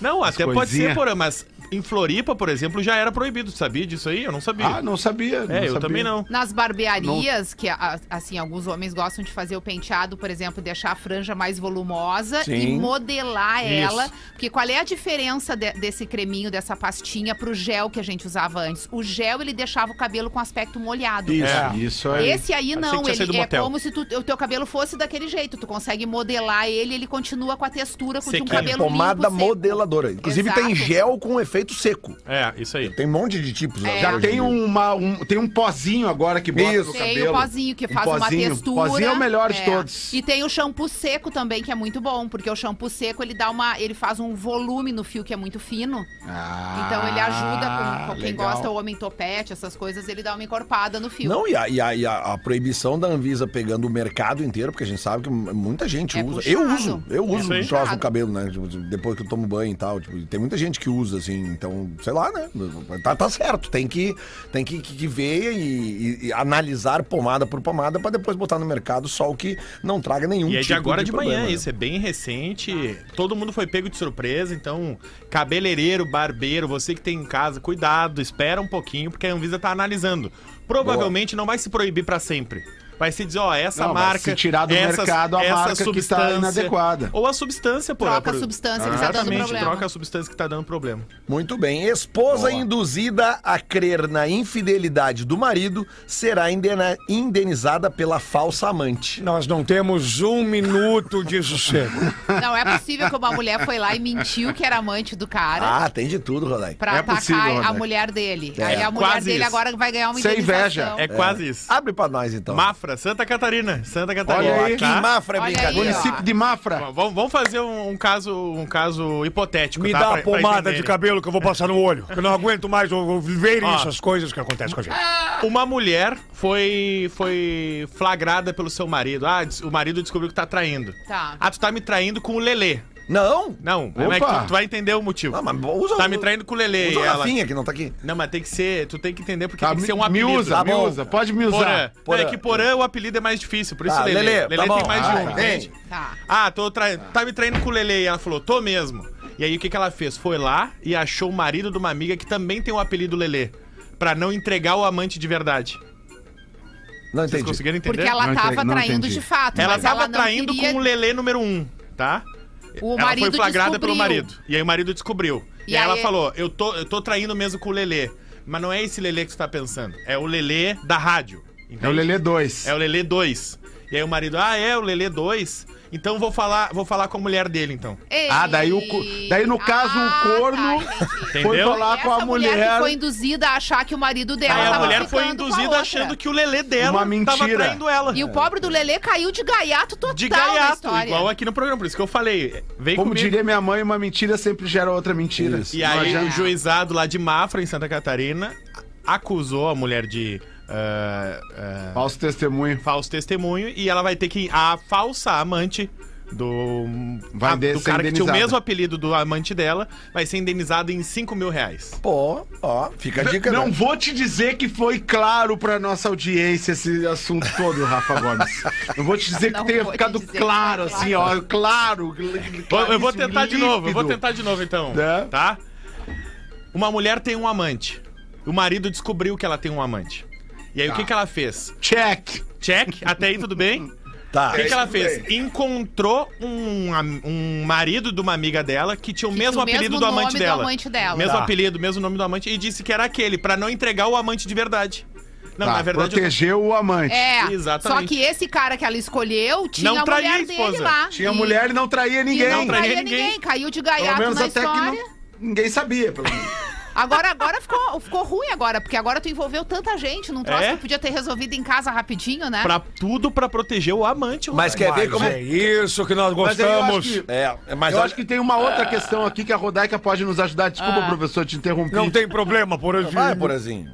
G: Não,
H: As
G: até pode
H: coisinha.
G: ser, porra, mas em Floripa, por exemplo, já era proibido. Tu Sabia disso aí? Eu não sabia.
H: Ah, não sabia.
G: é, eu também não.
F: Nas barbearias, que a- assim, alguns homens gostam de fazer o penteado, por exemplo, deixar a franja mais volumosa e modelar ela. Porque qual é a diferença de- desse creminho, dessa pastinha, pro gel que a gente usava antes? O gel, ele deixava o cabelo com aspecto molhado.
H: Isso,
G: É.
H: isso aí.
F: Esse aí
G: Achei
F: não,
G: que tinha saído
F: ele
G: do
F: é
G: motel.
F: como se tu- o teu cabelo fosse daquele jeito. Tu consegue modelar ele, ele continua com a textura com de um
G: Sequinho.
F: cabelo
D: Pomada
F: limpo, seco.
D: modeladora. Inclusive tem
F: Exato.
D: gel com efeito seco.
G: É, isso aí.
D: Tem um monte de tipos. né?
F: É.
H: Já
D: hoje em
H: tem
D: dia.
H: uma, um, tem um pozinho agora que bota
D: Isso.
H: no
F: Tem
H: cabelo.
F: o pozinho que
H: Um
F: faz
H: pozinho.
F: uma textura.
H: Pozinho é o melhor de todos.
F: E tem o shampoo seco também, que é muito bom, porque o shampoo seco ele dá uma. ele faz um volume no fio que é muito fino.
H: Ah,
F: Então ele ajuda com, com quem
H: legal.
F: gosta, o homem topete, essas coisas, ele dá uma encorpada no fio.
D: Não, e, a, e a- e a- a proibição da Anvisa pegando o mercado inteiro, porque a gente sabe que m- muita gente
F: É
D: usa.
F: puxado.
D: Eu uso, eu
F: É
D: uso um troço
F: puxado.
D: no cabelo, né? Tipo, Depois que eu tomo banho e tal. tipo, tem muita gente que usa, assim, então, sei lá, né? Tá, tá certo, tem que, tem que, que- que ver e, e- e analisar pomada por pomada pra depois botar no mercado só o que não traga nenhum
G: E é
D: tipo
G: de agora de, manhã,
D: problema, né?
G: isso é bem recente. Todo mundo foi pego de surpresa, então, cabeleireiro, barbeiro, você que tem em casa, cuidado, espera um pouquinho, porque a Anvisa tá analisando. Provavelmente não vai se proibir pra sempre. Vai se dizer, ó, essa
H: Não, vai
G: marca.
H: se tirar do mercado a
G: essa
H: marca que tá
G: substância.
H: inadequada.
G: Ou a substância, pô. é
F: Troca
G: por-
F: a substância que tá dando
G: Exatamente,
F: problema.
G: troca a substância que tá dando problema.
D: Muito bem. Esposa induzida a crer na infidelidade do marido será indena- indenizada pela falsa amante.
E: Nós não temos um minuto de sossego.
F: Não é possível que uma mulher foi lá e mentiu que era amante do cara.
D: Ah, tem de tudo, Rodai.
F: né? Pra
H: é
F: atacar
H: possível,
F: a
H: Roberto.
F: mulher dele.
D: É,
F: Aí a mulher
G: quase
F: dele
G: isso.
F: agora vai ganhar uma
H: Sem inveja.
F: indenização.
G: É, quase isso.
D: Abre pra nós, então.
G: Mafra agora. Santa Catarina. Santa Catarina.
D: Olha aí, que
G: tá?
D: mafra é
F: Olha aí,
D: brincadeira.
F: ó.
H: Município de Mafra.
G: Bom, Vamos, vamos fazer um, um caso, um caso hipotético.
E: Me
G: tá?
E: dá
G: Pra-
E: a
G: pra
E: pomada
G: entenderem.
E: de cabelo que eu vou passar no olho. Que eu não aguento mais eu- eu ver
G: Ó.
E: essas coisas que acontecem com a gente.
G: Uma mulher foi, foi flagrada pelo seu marido. Ah, des- o marido descobriu que tá traindo.
F: Tá.
G: Ah, tu tá me traindo com o Lelê.
D: Não.
G: Não, mas é
H: Opa.
G: tu, tu vai entender o motivo.
D: Não, mas usa
G: tá me traindo com o Lelê.
D: Usa
G: e
D: o
G: ela...
D: Rafinha que não tá aqui.
G: Não, mas tem que ser. Tu tem que entender porque
H: Tá,
G: tem que ser um
H: me- me
G: apelido.
H: usa,
D: Tá
H: me
D: bom.
H: usa. Pode me
G: Porã.
H: usar.
G: Não, é
D: Porã.
G: que Porã o apelido é mais difícil, por isso
D: Tá,
G: Lelê.
D: Lelê,
G: Lelê,
D: tá
G: tem
D: bom.
G: mais de
D: Ah,
G: um,
D: entendi.
G: entende? Ah, tô traindo. Tá me traindo com o Lelê. E ela falou, tô mesmo. E aí o que, que ela fez? Foi lá e achou o marido de uma amiga que também tem o apelido Lelê. Pra não entregar o amante de verdade.
D: Não
G: Vocês
D: entendi.
G: conseguiram entender?
F: Porque ela
H: Não entendi,
F: tava
H: não
F: traindo
H: entendi.
F: de fato.
G: Ela
F: mas
G: tava
F: ela não
G: traindo
F: queria...
G: com o Lelê número um, tá?
F: O
G: ela
F: marido
G: foi flagrada
F: descobriu.
G: pelo marido. E aí o marido descobriu. E,
F: E
G: aí ela
F: aí- é-
G: falou: eu tô, eu tô traindo mesmo com o Lelê. Mas não é esse Lelê que tu tá pensando. É o Lelê da rádio.
H: É o
G: entende?
H: Lelê 2.
G: É o Lelê 2. E aí o marido, ah, é o Lelê 2? Então vou falar, vou falar com a mulher dele, então.
F: Ei. Ah, tá,
H: Ah, daí o co- daí no caso o corno
F: entendi.
H: Foi
G: Entendeu?
H: falar
F: Essa
H: com a mulher.
F: que foi induzida a achar que o marido dela
G: Aí a
F: tava
G: mulher foi
F: ficando com a
G: induzida
F: outra.
G: achando que o Lelê dela
H: Uma
G: tava
H: mentira.
G: traindo ela.
F: E o pobre do Lelê caiu de gaiato total
G: De
F: na
G: gaiato,
F: história.
G: igual aqui no programa. Por isso que eu falei, vem
H: Como
G: comigo.
H: diria minha mãe, uma mentira sempre gera outra mentira.
G: E aí o juizado lá de Mafra, em Santa Catarina, acusou a mulher de ah, ah,
H: Falso testemunho.
G: falso testemunho e ela vai ter que. A falsa amante do,
H: Vai
G: a- do
H: ser
G: cara que tinha o
H: indenizada.
G: mesmo apelido do amante dela vai ser indenizada em 5 mil reais.
D: Pô, ó, fica a dica.
H: Não
D: né?
H: vou te dizer que foi claro pra nossa audiência esse assunto todo, Rafa Gomes. Não vou te dizer que
F: Não
H: tenha
F: vou te
H: ficado
F: dizer que
H: claro,
F: foi
H: assim, ó, claro. cl-
G: Eu- eu vou
H: claríssimo,
G: tentar de novo, eu vou
H: límpido.
G: tentar de novo então.
H: Né?
G: Tá? Uma mulher tem um amante. O marido descobriu que ela tem um amante. E aí o que, que ela fez?
H: Check.
G: Check, até aí tudo bem?
D: Tá.
G: O que, que ela fez? Encontrou um, am- um marido de uma amiga dela que tinha o mesmo
F: tinha o
G: apelido
F: mesmo
G: do amante
F: nome do
G: dela.
F: amante dela.
G: Mesmo
F: Tá.
G: apelido, mesmo nome do amante. E disse que era aquele, pra não entregar o amante de verdade. Não,
H: Tá,
G: na verdade. eu-
H: protegeu o amante.
F: É,
G: Exatamente.
F: só que esse cara que ela escolheu tinha
G: Não
F: a
G: traía a
F: mulher dele
G: esposa.
F: lá.
H: Tinha
F: E-
H: mulher e não traía
F: e
H: ninguém.
F: Não traía
G: traía ninguém.
F: ninguém, caiu de
H: Pelo
F: gaiato
H: menos
F: na
H: até
F: história.
H: que não- ninguém sabia, pelo menos.
F: Agora, agora ficou, ficou ruim agora, porque agora tu envolveu tanta gente num troço
G: É?
F: que podia ter resolvido em casa rapidinho, né?
G: Pra tudo pra proteger o amante,
D: Mas quer ver como.
E: É isso que nós
H: Mas aí eu acho
E: gostamos.
H: que-
D: É, mas
H: Eu
D: olha-
H: acho que tem uma outra questão aqui que a Rodaica pode nos ajudar. Desculpa,
F: Ah.
H: professor, te interromper.
E: Não tem problema, por
D: Vai,
E: exemplo.
D: Porazinho.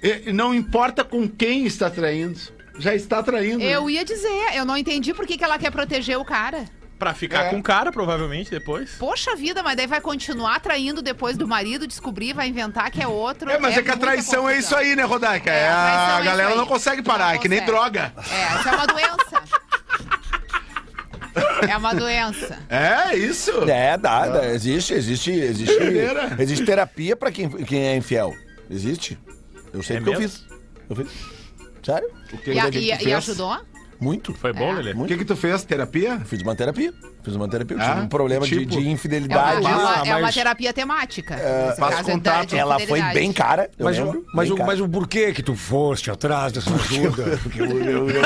H: E- e não importa com quem está traindo, já está traindo.
F: Eu ia dizer, eu não entendi por que, que ela quer proteger o cara.
G: Pra ficar
E: É.
G: com o cara, provavelmente, depois.
F: Poxa vida, mas daí vai continuar traindo depois do marido, descobrir, vai inventar que é outro.
H: É, mas é, que a
F: muita
H: traição é
F: confusão.
H: isso aí, né, Rodaica?
F: É,
H: É,
F: a traição é
H: a
F: isso
H: galera
F: aí.
H: não consegue parar,
F: Não
H: é que nem
F: consegue.
H: droga.
F: É, isso é uma doença. é uma doença.
H: É isso.
D: É, dá, dá. Existe, existe, existe.
H: Primeira.
D: Existe terapia pra quem, quem é infiel. Existe. Eu sei
G: É
D: porque
G: mesmo?
D: eu fiz. Eu fiz. Sério?
F: E, a- e- e ajudou? É
D: Muito.
G: Foi bom, Lelê?
H: O que que tu fez? Terapia?
D: Fiz uma terapia. Fiz uma terapia. Eu
H: Ah,
D: tive um problema de-
H: tipo?
D: de,
F: É uma,
D: infidelidade.
F: é uma-
H: Ah,
F: é uma
H: mas-
F: terapia temática. Nesse
H: faz
F: caso, é
H: contato.
F: da- de
D: Ela foi
F: fidelidade.
D: bem cara. Eu
E: Mas,
D: lembro,
E: o, mas,
D: bem
E: o,
D: cara.
E: mas o porquê que tu foste atrás dessa ajuda?
D: Porque eu- eu- eu-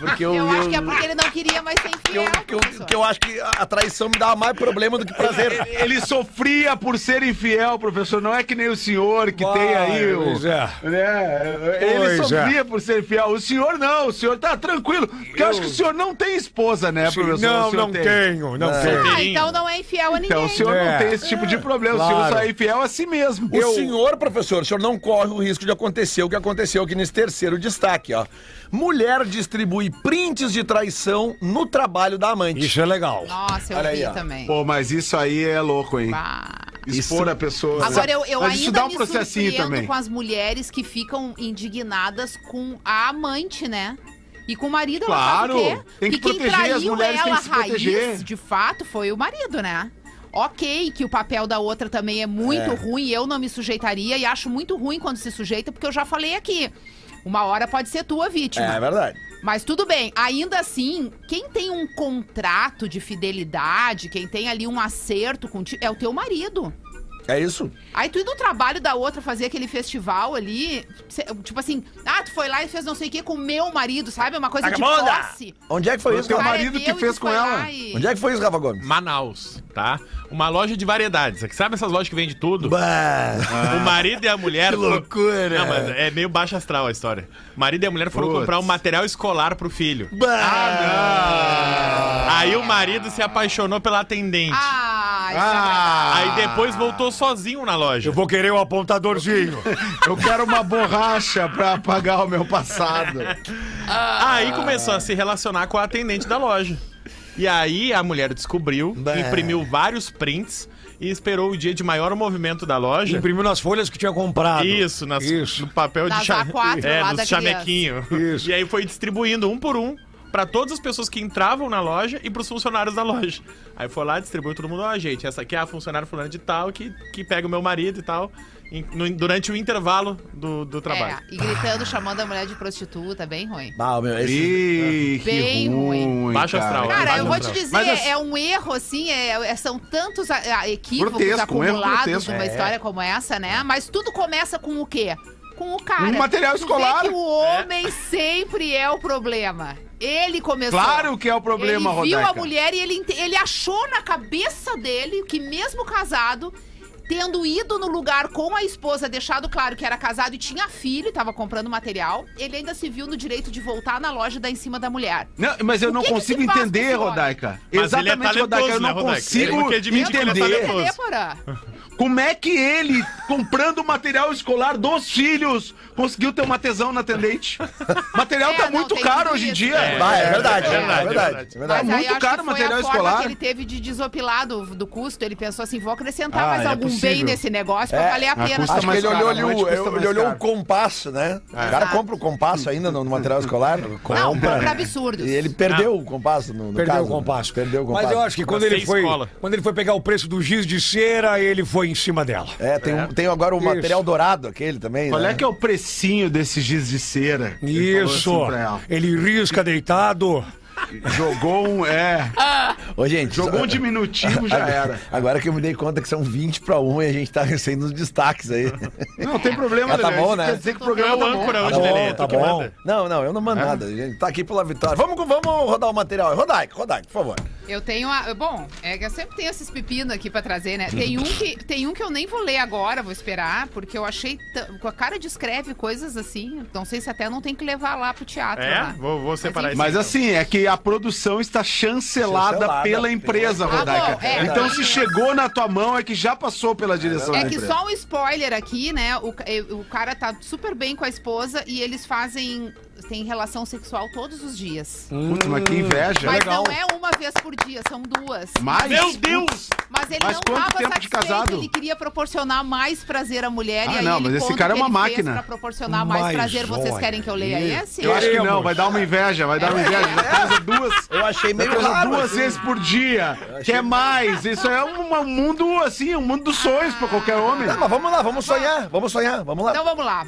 D: porque eu-
F: Eu acho
D: eu-
F: que é porque ele não queria mais ser
D: que eu,
F: infiel.
D: que eu-
F: É, professor.
D: que eu acho que a traição me dava mais problema do que prazer.
H: Ele sofria por ser infiel, professor. Não é que nem o senhor que
E: Vai,
H: tem aí o.
E: pois é.
H: né? Ele
E: Pois é.
H: sofria por ser infiel. O senhor não, o senhor tá tranquilo. Porque eu acho que o senhor não tem esposa, né, professor? O
E: não,
H: senhor
E: não tenho, não tenho.
F: Ah, então não é infiel a ninguém.
H: Então, o senhor
E: É.
H: não tem esse tipo de problema. O senhor
E: claro.
H: só é infiel a si mesmo.
E: Eu-
D: O senhor, professor, o senhor não corre o risco de acontecer o que aconteceu aqui nesse terceiro destaque, ó. Mulher distribui prints de traição no trabalho da amante.
E: Isso é legal.
F: Nossa, eu
D: Olha
F: vi
D: aí, ó.
F: também.
H: Pô, mas isso aí é louco, hein?
F: Bah.
H: Expor a pessoa.
F: Agora, eu, eu
H: Mas
F: ainda
H: isso dá um
F: me
H: processinho
F: surpreendo
H: também.
F: com as mulheres que ficam indignadas com a amante, né? E com o marido,
H: Claro,
F: ela faz o quê?
H: tem
F: Porque
H: que
F: quem
H: proteger,
F: traiu
H: as mulheres têm
F: ela,
H: que se proteger.
F: raiz, de fato, foi o marido, né? Ok que o papel da outra também é muito ruim, eu não me sujeitaria e acho muito ruim quando se sujeita, porque eu já falei aqui, uma hora pode ser tua vítima.
D: É verdade.
F: Mas tudo bem, ainda assim, quem tem um contrato de fidelidade, quem tem ali um acerto contigo, é o teu marido.
D: É isso?
F: Aí tu indo no trabalho da outra fazer aquele festival ali, cê- tipo assim, ah, tu foi lá e fez não sei o que com meu marido, sabe? É Uma coisa
G: Vagabunda!
F: de posse.
D: Onde é que foi isso,
H: teu
D: Rafa?
F: Cara, é
H: marido que
F: meu e tu
H: fez com
F: foi
H: ela.
F: lá e-
D: Onde é que foi isso, Rafa Gomes?
G: Manaus, tá? Uma loja de variedades. Aqui, Sabe essas lojas que vende tudo?
D: Bah.
G: O marido e a mulher.
D: Que loucura.
G: Não, mas é meio baixa astral a história. O marido e a mulher foram
H: Putz.
G: comprar um material escolar pro filho.
D: Bah.
G: Aí o marido se apaixonou pela atendente.
F: Ah, isso
G: Aí depois voltou sozinho na loja.
E: vou querer um apontadorzinho.
H: Eu quero uma borracha pra apagar o meu passado.
G: Aí começou a se relacionar com a atendente da loja. E aí a mulher descobriu, imprimiu vários prints e esperou o dia de maior movimento da loja.
E: Imprimiu nas folhas que tinha comprado.
G: Isso, nas,
E: Isso.
G: no papel
F: Nas
G: de cha-
F: A4
G: é,
F: lá
G: nos
F: da
G: chamequinho.
E: Isso.
G: E aí foi distribuindo um por um pra todas as pessoas que entravam na loja e pros funcionários da loja. Aí foi lá, distribuiu todo mundo, ó, gente, essa aqui é a funcionária fulana de tal que, que pega o meu marido e tal, em- no- durante o intervalo do, do trabalho.
F: É, e gritando, chamando a mulher de prostituta, bem ruim.
D: Bah, Ah, meu, esse...
H: Ih, que
F: Bem ruim.
G: Baixo
H: cara.
G: astral.
F: Cara,
G: Vai
F: eu vou te
G: lembrar.
F: dizer,
H: Mas assim-
F: é um erro, assim, é- é- são tantos a- a- equívocos
H: Grotesco, um erro
F: acumulados
H: grotesco.
F: numa
H: É.
F: história como essa, né? Mas tudo começa com o quê? Com o cara.
H: Um material
F: Tu vê
H: escolar.
F: que o homem sempre é o problema. Ele começou.
H: Claro que é o problema,
F: Ele viu
H: Rodaica.
F: a mulher e ele, ent- ele achou na cabeça dele que mesmo casado, tendo ido no lugar com a esposa, deixado claro que era casado e tinha filho, e tava comprando material, ele ainda se viu no direito de voltar na loja da em cima da mulher.
H: Não, mas eu
F: O
H: não
F: que que
H: consigo
F: se faz com
H: entender,
F: esse homem?
H: Rodaica.
G: Mas ele é
H: Exatamente, Rodaica. Eu
G: talentoso, né,
H: não
G: Rodaica? Ele
H: consigo
G: tem que admitir que ele é
H: entender
G: talentoso.
F: Entendeu, Porã?
H: como é que ele, comprando material escolar dos filhos, conseguiu ter uma tesão na atendente. Material
F: É,
H: tá
F: não,
H: muito
F: tem
H: caro
F: tudo
H: hoje em
F: isso.
H: dia.
G: É.
D: Bah, é verdade, é
F: É
D: verdade,
F: verdade,
D: é verdade.
F: é Mas aí
H: muito
F: acho
H: caro
F: que
H: o
F: foi
H: material
F: a forma
H: escolar.
F: que ele teve de desopilar do, do custo. Ele pensou assim, vou acrescentar
H: Ah,
F: mais
H: é
F: algum
H: possível.
F: bem nesse negócio pra
D: É,
F: valer a
H: mas
F: pena.
H: custa
D: Acho que
H: mais
D: ele
H: caro,
D: olhou ali
H: realmente
D: o,
H: custa
D: eu-
H: mais
D: ele olhou o
H: caro.
D: compasso, né? O cara
F: Exato.
D: compra o compasso ainda no, no material escolar.
F: Não,
H: É.
D: Compra.
F: compra absurdos.
D: E ele perdeu o compasso no, no
E: Perdeu
D: caso,
E: o
D: né?
E: compasso.
D: Perdeu o compasso.
E: Mas eu acho que quando
G: Pra
E: ele,
G: ser
E: foi,
G: escola.
E: quando ele foi pegar o preço do giz de cera, ele foi em cima dela.
D: É, tem, um- tem agora o
E: Isso.
D: material dourado aquele também,
H: Qual
D: né?
H: é que é o precinho desse giz de cera? Ele falou
E: Isso.
H: assim pra ela.
E: Ele risca deitado.
H: Jogou um, é,
D: Ô, gente,
H: jogou um
D: só-
H: diminutivo, já era.
D: Agora que eu me dei conta que são 20 pra 1 e a gente tá recém nos destaques aí.
H: Não tem problema,
D: Ah, tá
H: Lelê,
D: bom,
H: isso
D: né?
H: Quer dizer que
G: Tu
H: o
G: é
H: programa
G: o
H: tá bom.
G: âncora
D: Tá
G: hoje,
D: bom,
G: Lelê. tu
D: tá
G: que
D: bom.
G: manda.
D: Não, não, eu não mando nada. A gente tá aqui pela vitória. Vamos, com- vamos rodar o material. Rodaico, Rodaico, por favor.
F: Eu tenho a. Bom, é que eu sempre tenho esses pepinos aqui pra trazer, né? Tem um que, tem um que eu nem vou ler agora, vou esperar, porque eu achei. t- Com a cara descreve coisas assim. Não sei se até não tem que levar lá pro teatro. né?
G: É?
F: lá.
G: Vou- vou separar
F: Tá. enfim.
H: Mas assim, é que a produção está chancelada,
D: Chancelada.
H: pela empresa,
F: Ah, bom,
H: Rodaica.
F: é,
H: então,
F: tá.
H: se chegou na tua mão, é que já passou pela direção
F: É
H: da
F: que
H: empresa.
F: só um spoiler aqui, né? O, ca- eh, o cara tá super bem com a esposa e eles fazem. têm relação sexual todos os dias.
H: Putz, mas que inveja.
F: Mas não é uma vez por dia, são duas.
H: Mas,
G: Meu Deus!
F: Mas ele
H: Mas
F: não
H: quanto
F: tava
H: tempo de
F: satisfeito,
H: casado?
F: ele queria proporcionar mais prazer à mulher.
H: Ah,
F: e aí
H: não,
F: ele
H: mas esse
F: conta
H: cara é
F: o que
H: uma
F: ele fez
H: máquina.
F: Pra proporcionar mais,
E: Mas
F: prazer, vocês
E: olha,
F: querem que eu leia esse?
H: Eu acho que não,
E: Queremos.
H: vai dar uma inveja, vai dar uma inveja. Já casa duas.
D: Eu achei É. meio
H: Casa
D: raro,
H: duas
D: assim.
H: vezes por dia. Quer mais? Isso é um, um mundo assim, um mundo dos sonhos pra
D: Ah,
H: qualquer homem. Ah,
D: Não, mas vamos lá, vamos sonhar, vamos sonhar, vamos lá.
F: Então vamos lá.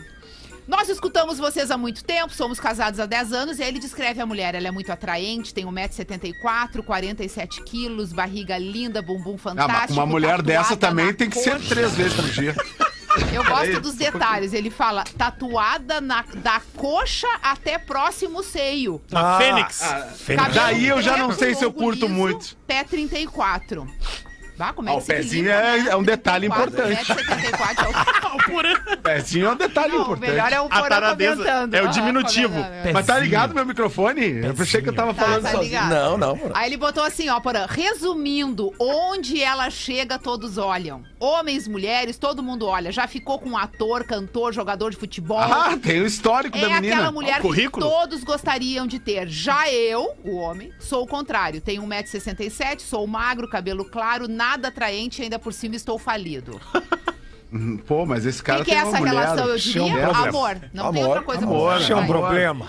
F: Nós escutamos vocês há muito tempo, somos casados há 10 anos, e aí ele descreve a mulher. Ela é muito atraente, tem 1,74m, 47kg, barriga linda, bumbum
H: Ah, mas
F: fantástico.
H: uma mulher
F: tatuada
H: dessa também
F: na
H: tem que ser É
F: coxa.
H: três vezes por dia.
F: Eu gosto dos detalhes. Ele fala tatuada na- da coxa até próximo seio.
E: Ah,
G: Fênix.
E: Fênix.
F: Cabelo
H: Daí eu já
F: preto,
H: não sei se eu
F: longo,
H: curto
F: liso,
H: muito.
F: Pé 34. Bah, como é
H: Ah,
F: que
H: o
F: se
H: pezinho
F: equilibra,
H: é-
F: né?
H: é um detalhe
F: 34,
H: importante.
F: 1,74 é o-
H: Pezinho é um detalhe
F: Não, o
H: importante.
F: melhor é o
G: A
F: Porã
G: taradeza
F: comentando.
G: é o
F: Ah,
G: diminutivo.
F: comentando.
H: Mas tá ligado meu microfone? Eu pensei que eu tava
F: Tá,
H: falando
F: tá
H: sozinho.
F: ligado.
D: Não, não, mano.
F: Aí ele botou assim, ó, Porã, resumindo, onde ela chega, todos olham. Homens, mulheres, todo mundo olha. Já ficou com um ator, cantor, jogador de futebol.
H: Ah, tem o histórico
F: É
H: da menina.
F: aquela mulher
G: o
F: que
G: currículo.
F: todos gostariam de ter. Já eu, o homem, sou o contrário. Tenho 1,67m, sou magro, cabelo claro, nada atraente, ainda por cima estou falido.
H: Hum, Pô, mas esse
F: O
H: cara
F: que, que é
H: tem
F: essa
H: uma mulher.
F: relação, eu
H: Isso é um
F: diria?
H: problema.
F: amor. Não tem
D: Amor,
F: outra coisa
H: amor.
F: pra
E: Isso é um
F: falar.
E: problema.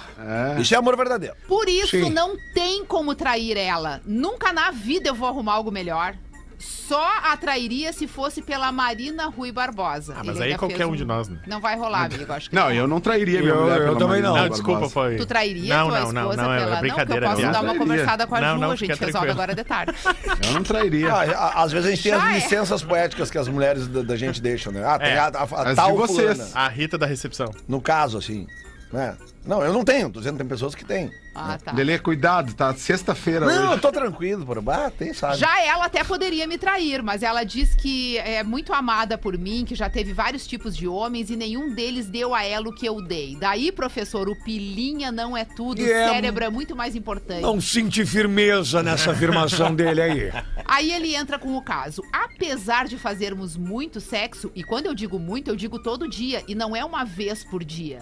H: É.
D: Isso é amor verdadeiro.
F: Por isso,
E: Sim.
F: não tem como trair ela. Nunca na vida eu vou arrumar algo melhor. só atrairia se fosse pela Marina Rui Barbosa.
G: Ah,
F: Ele
G: mas aí
F: ainda
G: qualquer
F: fez
G: um de nós, né?
F: Não vai rolar, amigo. Acho que
H: Não, eu não trairia minha
E: Eu-
H: mulher
E: eu
H: pela
E: também
H: Marina
E: não.
G: Não,
H: Barbosa.
G: desculpa, foi.
F: Tu trairia
G: não,
F: tua
G: não, não,
F: esposa
G: não, é
F: pela...
G: brincadeira,
F: não, que eu posso
G: é
F: dar uma
H: piada.
F: conversada com a
G: Não,
F: Ju,
G: não,
F: a gente
G: fica
F: resolve
G: tranquilo.
F: agora de tarde.
H: Eu não trairia.
D: Ah, a- às vezes a gente tem
F: Já
D: as
F: é.
D: licenças poéticas que as mulheres da, da gente deixam, né? Ah, tem
G: É.
D: a, a- a
H: As
D: tal
H: de vocês.
D: fulana.
G: A Rita da recepção.
D: No caso, assim. Né? Não, eu não tenho. Tô dizendo tem pessoas que têm.
F: Ah, tá.
H: Lelê, cuidado, tá? Sexta-feira
D: Não, eu
H: hoje.
D: tô tranquilo, por Ah, tem, sabe?
F: Já ela até poderia me trair, mas ela diz que é muito amada por mim, que já teve vários tipos de homens e nenhum deles deu a ela o que eu dei. Daí, professor, o pilinha não é tudo,
E: E é-
F: o cérebro é muito mais importante.
E: Não senti firmeza nessa afirmação dele aí.
F: Aí ele entra com o caso. Apesar de fazermos muito sexo, e quando eu digo muito, eu digo todo dia, e não é uma vez por dia.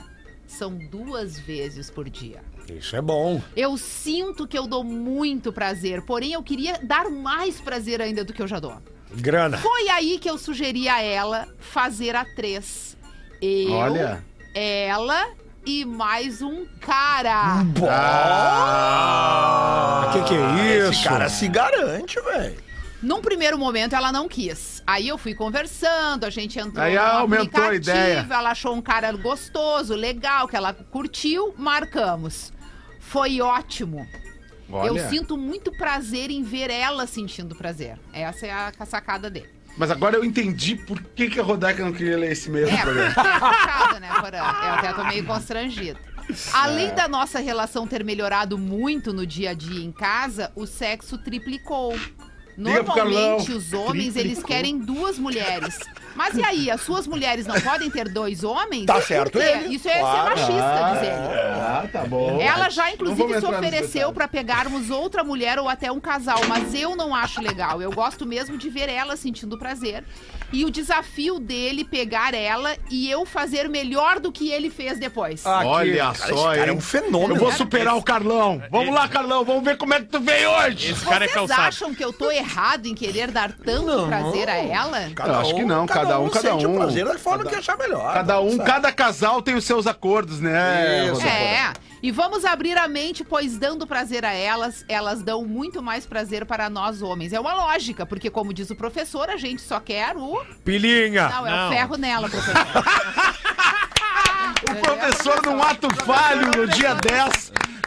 F: São duas vezes por dia.
E: Isso é bom.
F: Eu sinto que eu dou muito prazer, porém eu queria dar mais prazer ainda do que eu já dou.
E: Grana.
F: Foi aí que eu sugeri a ela fazer a três. Eu,
H: Olha.
F: ela e mais um cara.
E: O que, que é isso?
D: Esse cara se garante, velho.
F: Num primeiro momento ela não quis. Aí eu fui conversando, a gente entrou
H: Aí
F: no
H: aumentou a
F: aplicativo,
H: ideia.
F: ela achou um cara gostoso, legal, que ela curtiu, marcamos. Foi ótimo. Eu sinto muito prazer em ver ela sentindo prazer. Essa é a sacada dele.
H: Mas agora eu entendi por que, que a Rodaica não queria ler esse mesmo
F: É,
H: programa.
F: porque é fechado, né, Porã? Eu até tô meio constrangida.
H: É.
F: Além da nossa relação ter melhorado muito no dia a dia em casa, o sexo triplicou.
H: Liga pro Carlão.
F: Normalmente os homens, eles querem duas mulheres. Mas e aí, as suas mulheres não podem ter dois homens?
D: Tá
F: Por
D: certo
F: quê?
D: ele.
F: Isso é ser machista, diz ele.
H: Ah, tá bom.
F: Ela já,
H: Não vamos
F: inclusive, se
H: entrar nesse
F: ofereceu
H: detalhe.
F: pra pegarmos outra mulher ou até um casal, mas eu não acho legal. Eu gosto mesmo de ver ela sentindo prazer. E o desafio dele pegar ela e eu fazer melhor do que ele fez depois.
G: Ah,
H: Olha
D: Cara,
H: só,
D: esse cara é
H: hein?
D: um fenômeno.
H: Eu vou superar o Carlão. Vamos lá, Carlão, vamos ver como é que tu veio hoje.
G: Esse cara é
F: Vocês
G: calçado.
F: acham que eu tô errado em querer dar tanto prazer a ela?
H: Eu acho que não, cada um, cada
D: sente o
H: um.
D: prazer da forma que achar melhor.
H: Cada um,
D: sabe?
H: cada casal tem os seus acordos, né? Rodaica?
F: É. E vamos abrir a mente, pois dando prazer a elas, elas dão muito mais prazer para nós homens. É uma lógica, porque como diz o professor, a gente só quer o
E: Pilinha.
F: Não, é o
G: Não.
F: ferro nela, professor.
H: O professor num ato falho no dia 10.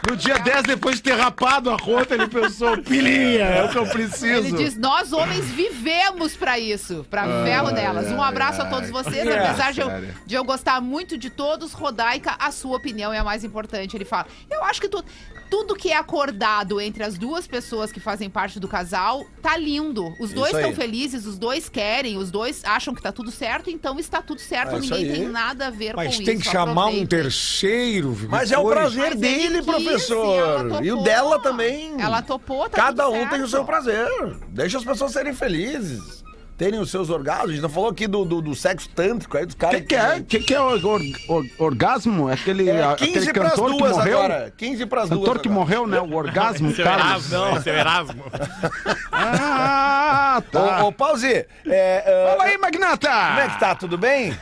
H: No dia 10, depois de ter rapado a rota, ele pensou, pilinha, é o que eu
F: Ele
H: preciso.
F: diz: Nós homens vivemos pra isso, pra ferro nelas. Um abraço a todos vocês.
E: É,
F: Apesar de eu,
H: cara.
F: de eu gostar muito de todos, Rodaica, a sua opinião é a mais importante. Ele fala: Eu acho que tu- tudo que é acordado entre as duas pessoas que fazem parte do casal tá lindo. Os dois
D: Isso aí.
F: estão felizes, os dois querem, os dois acham que tá tudo certo, então está tudo certo.
D: É isso
F: Ninguém
D: aí.
F: tem nada a ver com
E: Mas
F: isso.
E: tem que chamar um
F: aproveitem.
E: terceiro.
D: Mas é o
E: Vitor.
D: prazer
F: Mas ele
D: dele,
F: quis,
D: professor.
F: ela
D: E o
F: topou.
D: dela também.
F: Ela topou, tá
D: Cada
F: tudo
D: um tem o
F: certo.
D: seu prazer. Deixa as pessoas serem felizes. Terem os seus orgasmos. A gente não falou aqui do, do, do sexo tântrico aí, dos
H: O
D: caras
H: que, que é? que, que é or- or- or- orgasmo? É aquele,
D: É,
H: a-
D: 15
H: aquele
D: pras
H: cantor que
D: duas
H: morreu?
D: agora. 15 pras duas.
H: Cantor que
D: agora.
H: morreu, né? O orgasmo,
G: Seu
H: Carlos.
G: Erasmo, não, seu Erasmo.
H: Ah, tá.
D: Ô, ô Pause, é, ah,
H: Fala aí, Magnata!
D: como é que tá? Tudo bem?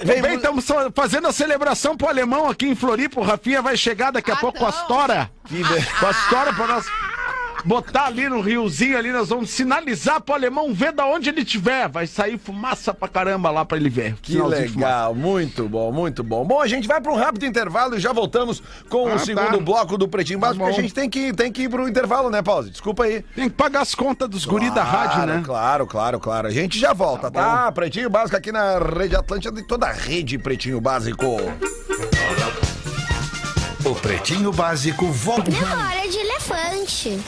H: Tudo bem, então,
D: mu-
H: estamos só fazendo a celebração pro alemão aqui em Floripa. O Rafinha vai chegar daqui a
F: Ah,
H: pouco com as
F: não.
H: tora.
D: Que be-
H: Com as tora pra nós botar ali no riozinho ali, nós vamos sinalizar pro alemão ver da onde ele tiver. Vai sair fumaça pra caramba lá pra ele ver.
D: Que
H: Sinalzinho de fumaça.
D: legal, muito bom, muito bom. Bom, a gente vai para um rápido intervalo e já voltamos com
H: Ah,
D: o segundo
H: tá.
D: bloco do Pretinho Básico,
H: Tá
D: porque a
H: bom.
D: gente tem que, tem que ir para o intervalo, né, Pause? Desculpa aí.
H: Tem que pagar as contas dos guri da rádio, né?
D: Claro, claro, claro. A gente já volta, tá? Pretinho Básico aqui na Rede Atlântica de toda a rede Pretinho Básico.
B: O Pretinho Básico volta.
I: Memória de elefante.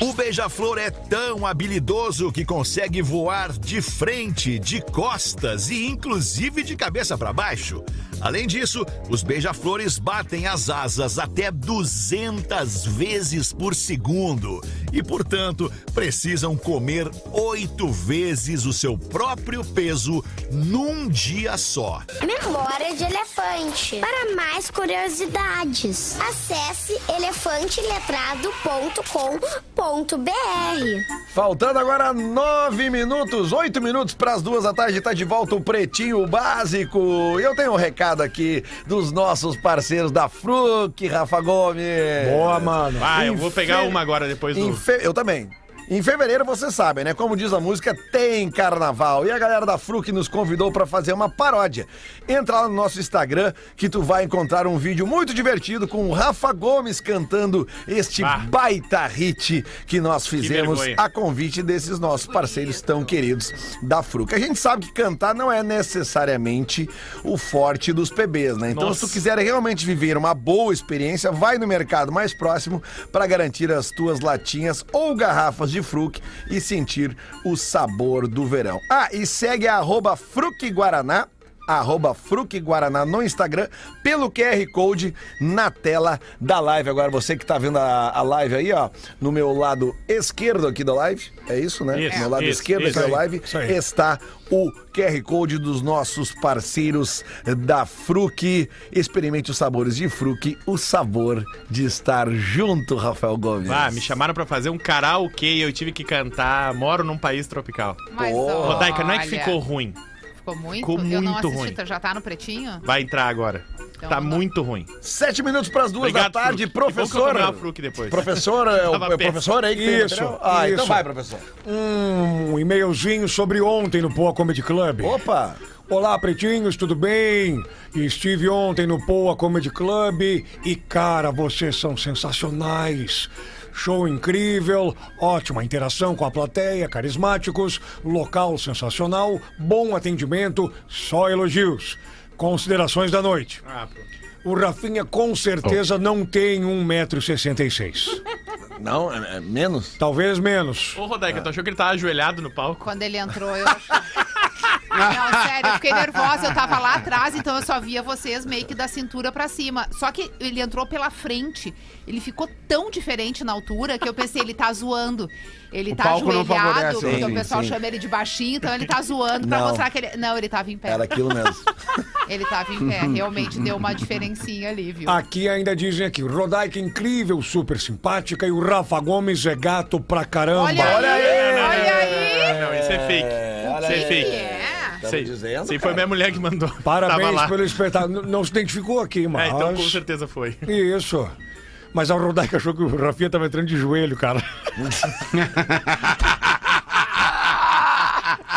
B: O beija-flor é tão habilidoso que consegue voar de frente, de costas e inclusive de cabeça para baixo. Além disso, os beija-flores batem as asas até 200 vezes por segundo e, portanto, precisam comer oito vezes o seu próprio peso num dia só.
I: Memória de elefante. Para mais curiosidades, acesse elefanteletrado.com.br.
D: Faltando agora nove minutos, oito minutos para as duas da tarde, tá de volta o Pretinho Básico. Eu tenho um recado aqui dos nossos parceiros da Fruc, Rafa Gomes.
E: Boa, mano.
G: Ah, eu vou pegar
D: Infel-
G: uma agora depois do.
D: Infe- Eu também. Em fevereiro, vocês sabem, né? Como diz a música, tem carnaval. E a galera da Fruc nos convidou pra fazer uma paródia. Entra lá no nosso Instagram que tu vai encontrar um vídeo muito divertido com o Rafa Gomes cantando este
G: Ah.
D: baita hit que nós fizemos
G: vergonha.
D: a convite desses nossos parceiros tão queridos da Fruca. A gente sabe que cantar não é necessariamente o forte dos PBs, né? Então, se tu
G: Nossa.
D: quiser realmente viver uma boa experiência, vai no mercado mais próximo para garantir as tuas latinhas ou garrafas de Fruc e sentir o sabor do verão. Ah, e segue a arroba Fruc Guaraná. Arroba Fruc Guaraná no Instagram, pelo QR Code na tela da live. Agora, você que tá vendo a, a live aí, ó, no meu lado esquerdo aqui da live, é isso, né?
G: Isso,
D: no lado
G: isso,
D: esquerdo aqui
G: isso aí.
D: da live
E: Isso aí.
D: está o QR Code dos nossos parceiros da Fruc. Experimente os sabores de Fruc, o sabor de estar junto, Rafael Gomes.
G: Ah, me chamaram pra fazer um karaokê e eu tive que cantar. Moro num país tropical.
F: Mas,
G: Ô, Daika, não é que
F: olha,
G: ficou ruim.
F: Ficou muito?
G: ficou
F: Eu não
G: muito
F: assisti,
G: ruim.
F: tá- já tá no pretinho?
G: Vai entrar agora.
F: Então
G: tá
F: não dá.
G: muito ruim.
D: Sete minutos para as duas
G: Obrigado,
D: da tarde,
G: Fruc. Que bom que eu
D: professor.
G: tomei uma Fruc depois.
D: Professor, é o,
G: Tava
D: é o
G: péssimo.
D: professor aí que tem
E: Isso,
D: material? Ah, então
E: isso.
D: vai, professor.
E: Um e-mailzinho sobre ontem no Poa Comedy Club.
D: Opa!
E: Olá, pretinhos, tudo bem? Estive ontem no Poa Comedy Club e, cara, vocês são sensacionais. Show incrível, ótima interação com a plateia, carismáticos, local sensacional, bom atendimento, só elogios. Considerações da noite.
G: Ah, pô.
E: O Rafinha com certeza
D: Oh.
E: não tem 1,66m.
D: Não, é- é menos?
E: Talvez menos.
G: Ô, Rodaica, tu achou que ele tava ajoelhado no palco?
F: Quando ele entrou, eu. Não, sério, eu fiquei nervosa, eu tava lá atrás, então eu só via vocês meio que da cintura pra cima. Só que ele entrou pela frente, ele ficou tão diferente na altura que eu pensei, ele tá zoando. Ele
H: O
F: tá
H: palco não
F: ajoelhado,
H: favorece,
F: porque
D: sim,
F: o pessoal
D: sim.
F: chama ele de baixinho, então ele tá zoando pra
D: Não.
F: mostrar que ele. Não, ele tava em pé.
D: Era aquilo mesmo.
F: Ele tava em pé, realmente deu uma diferencinha ali, viu?
E: Aqui ainda dizem aqui, Rodaica incrível, super simpática e o Rafa Gomes é gato pra caramba.
F: Olha, aí! Olha aí!
G: Não, isso é fake.
D: olha
G: isso é
D: aí.
G: fake.
F: É.
D: Tamo dizendo,
G: Sim, foi
D: cara.
G: minha mulher que mandou. Tava
E: Parabéns
G: lá.
E: pelo espetáculo. Não se identificou aqui, mas...
G: É, então com certeza foi.
E: Isso. Mas a Rodaica achou que o Rafinha tava entrando de joelho, cara.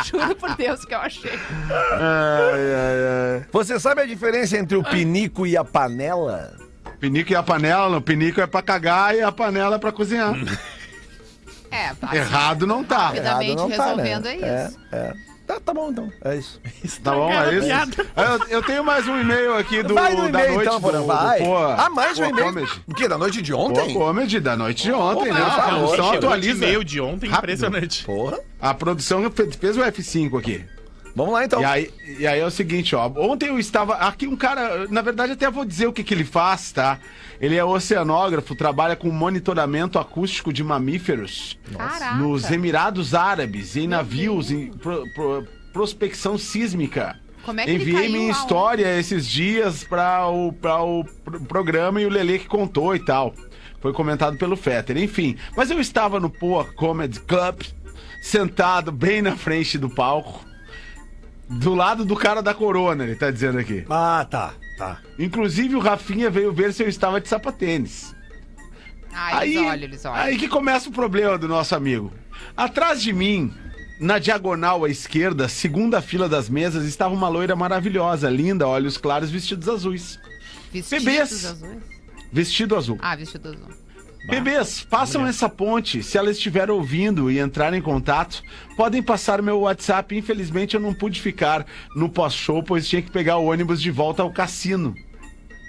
F: Juro por Deus que eu achei.
D: Você sabe a diferença entre o pinico e a panela?
H: Pinico e a panela, não. Pinico é pra cagar e a panela é pra cozinhar.
F: É, tá.
H: Errado não tá.
F: Rapidamente
D: não tá, né?
F: resolvendo é isso.
D: É, é. Tá, tá bom então, é isso.
H: Tá bom, é isso. Eu, eu tenho mais um e-mail aqui do
D: vai no
H: da
D: e-mail
H: noite
D: então,
H: do,
D: Porã,
H: do
D: vai.
H: Poa-
D: ah, mais um
H: Poa
D: e-mail.
H: Comedy.
D: O quê? Da noite de
H: Poa
D: ontem?
H: Comedy da noite de ontem, né?
D: Opa,
H: A
D: não,
H: produção
G: Chegou
H: atualiza.
G: de e-mail de ontem, é
H: Rápido.
G: impressionante.
D: Porra.
H: A produção fe- fez o F5 aqui.
D: Vamos lá então.
H: E aí, e aí é o seguinte, ó. Ontem eu estava. Aqui um cara, na verdade, até vou dizer o que, que ele faz, tá? Ele é oceanógrafo, trabalha com monitoramento acústico de mamíferos
F: Caraca.
H: nos Emirados Árabes, em navios, em pro- pro- prospecção sísmica.
F: Como é que ele
H: Enviei
F: caiu
H: minha
F: lá
H: história esses dias para o, pra o pro- programa e o Lele que contou e tal. Foi comentado pelo Fetter, enfim. Mas eu estava no Poa Comedy Club, sentado bem na frente do palco, do lado do cara da corona, ele tá dizendo aqui.
E: Ah, tá. Tá.
H: Inclusive o Rafinha veio ver se eu estava de sapatênis.
F: Ai, Ah, eles olham, eles olham.
H: Aí que começa o problema do nosso amigo. Atrás de mim, na diagonal à esquerda, segunda fila das mesas, estava uma loira maravilhosa, linda, olhos claros, vestidos azuis.
F: Vestidos
H: Bebês.
F: azuis?
H: Vestido azul.
F: Ah, vestido azul.
H: Bebês, façam essa ponte. Se elas estiver ouvindo e entrar em contato, podem passar meu WhatsApp. Infelizmente, eu não pude ficar no pós-show, pois tinha que pegar o ônibus de volta ao cassino.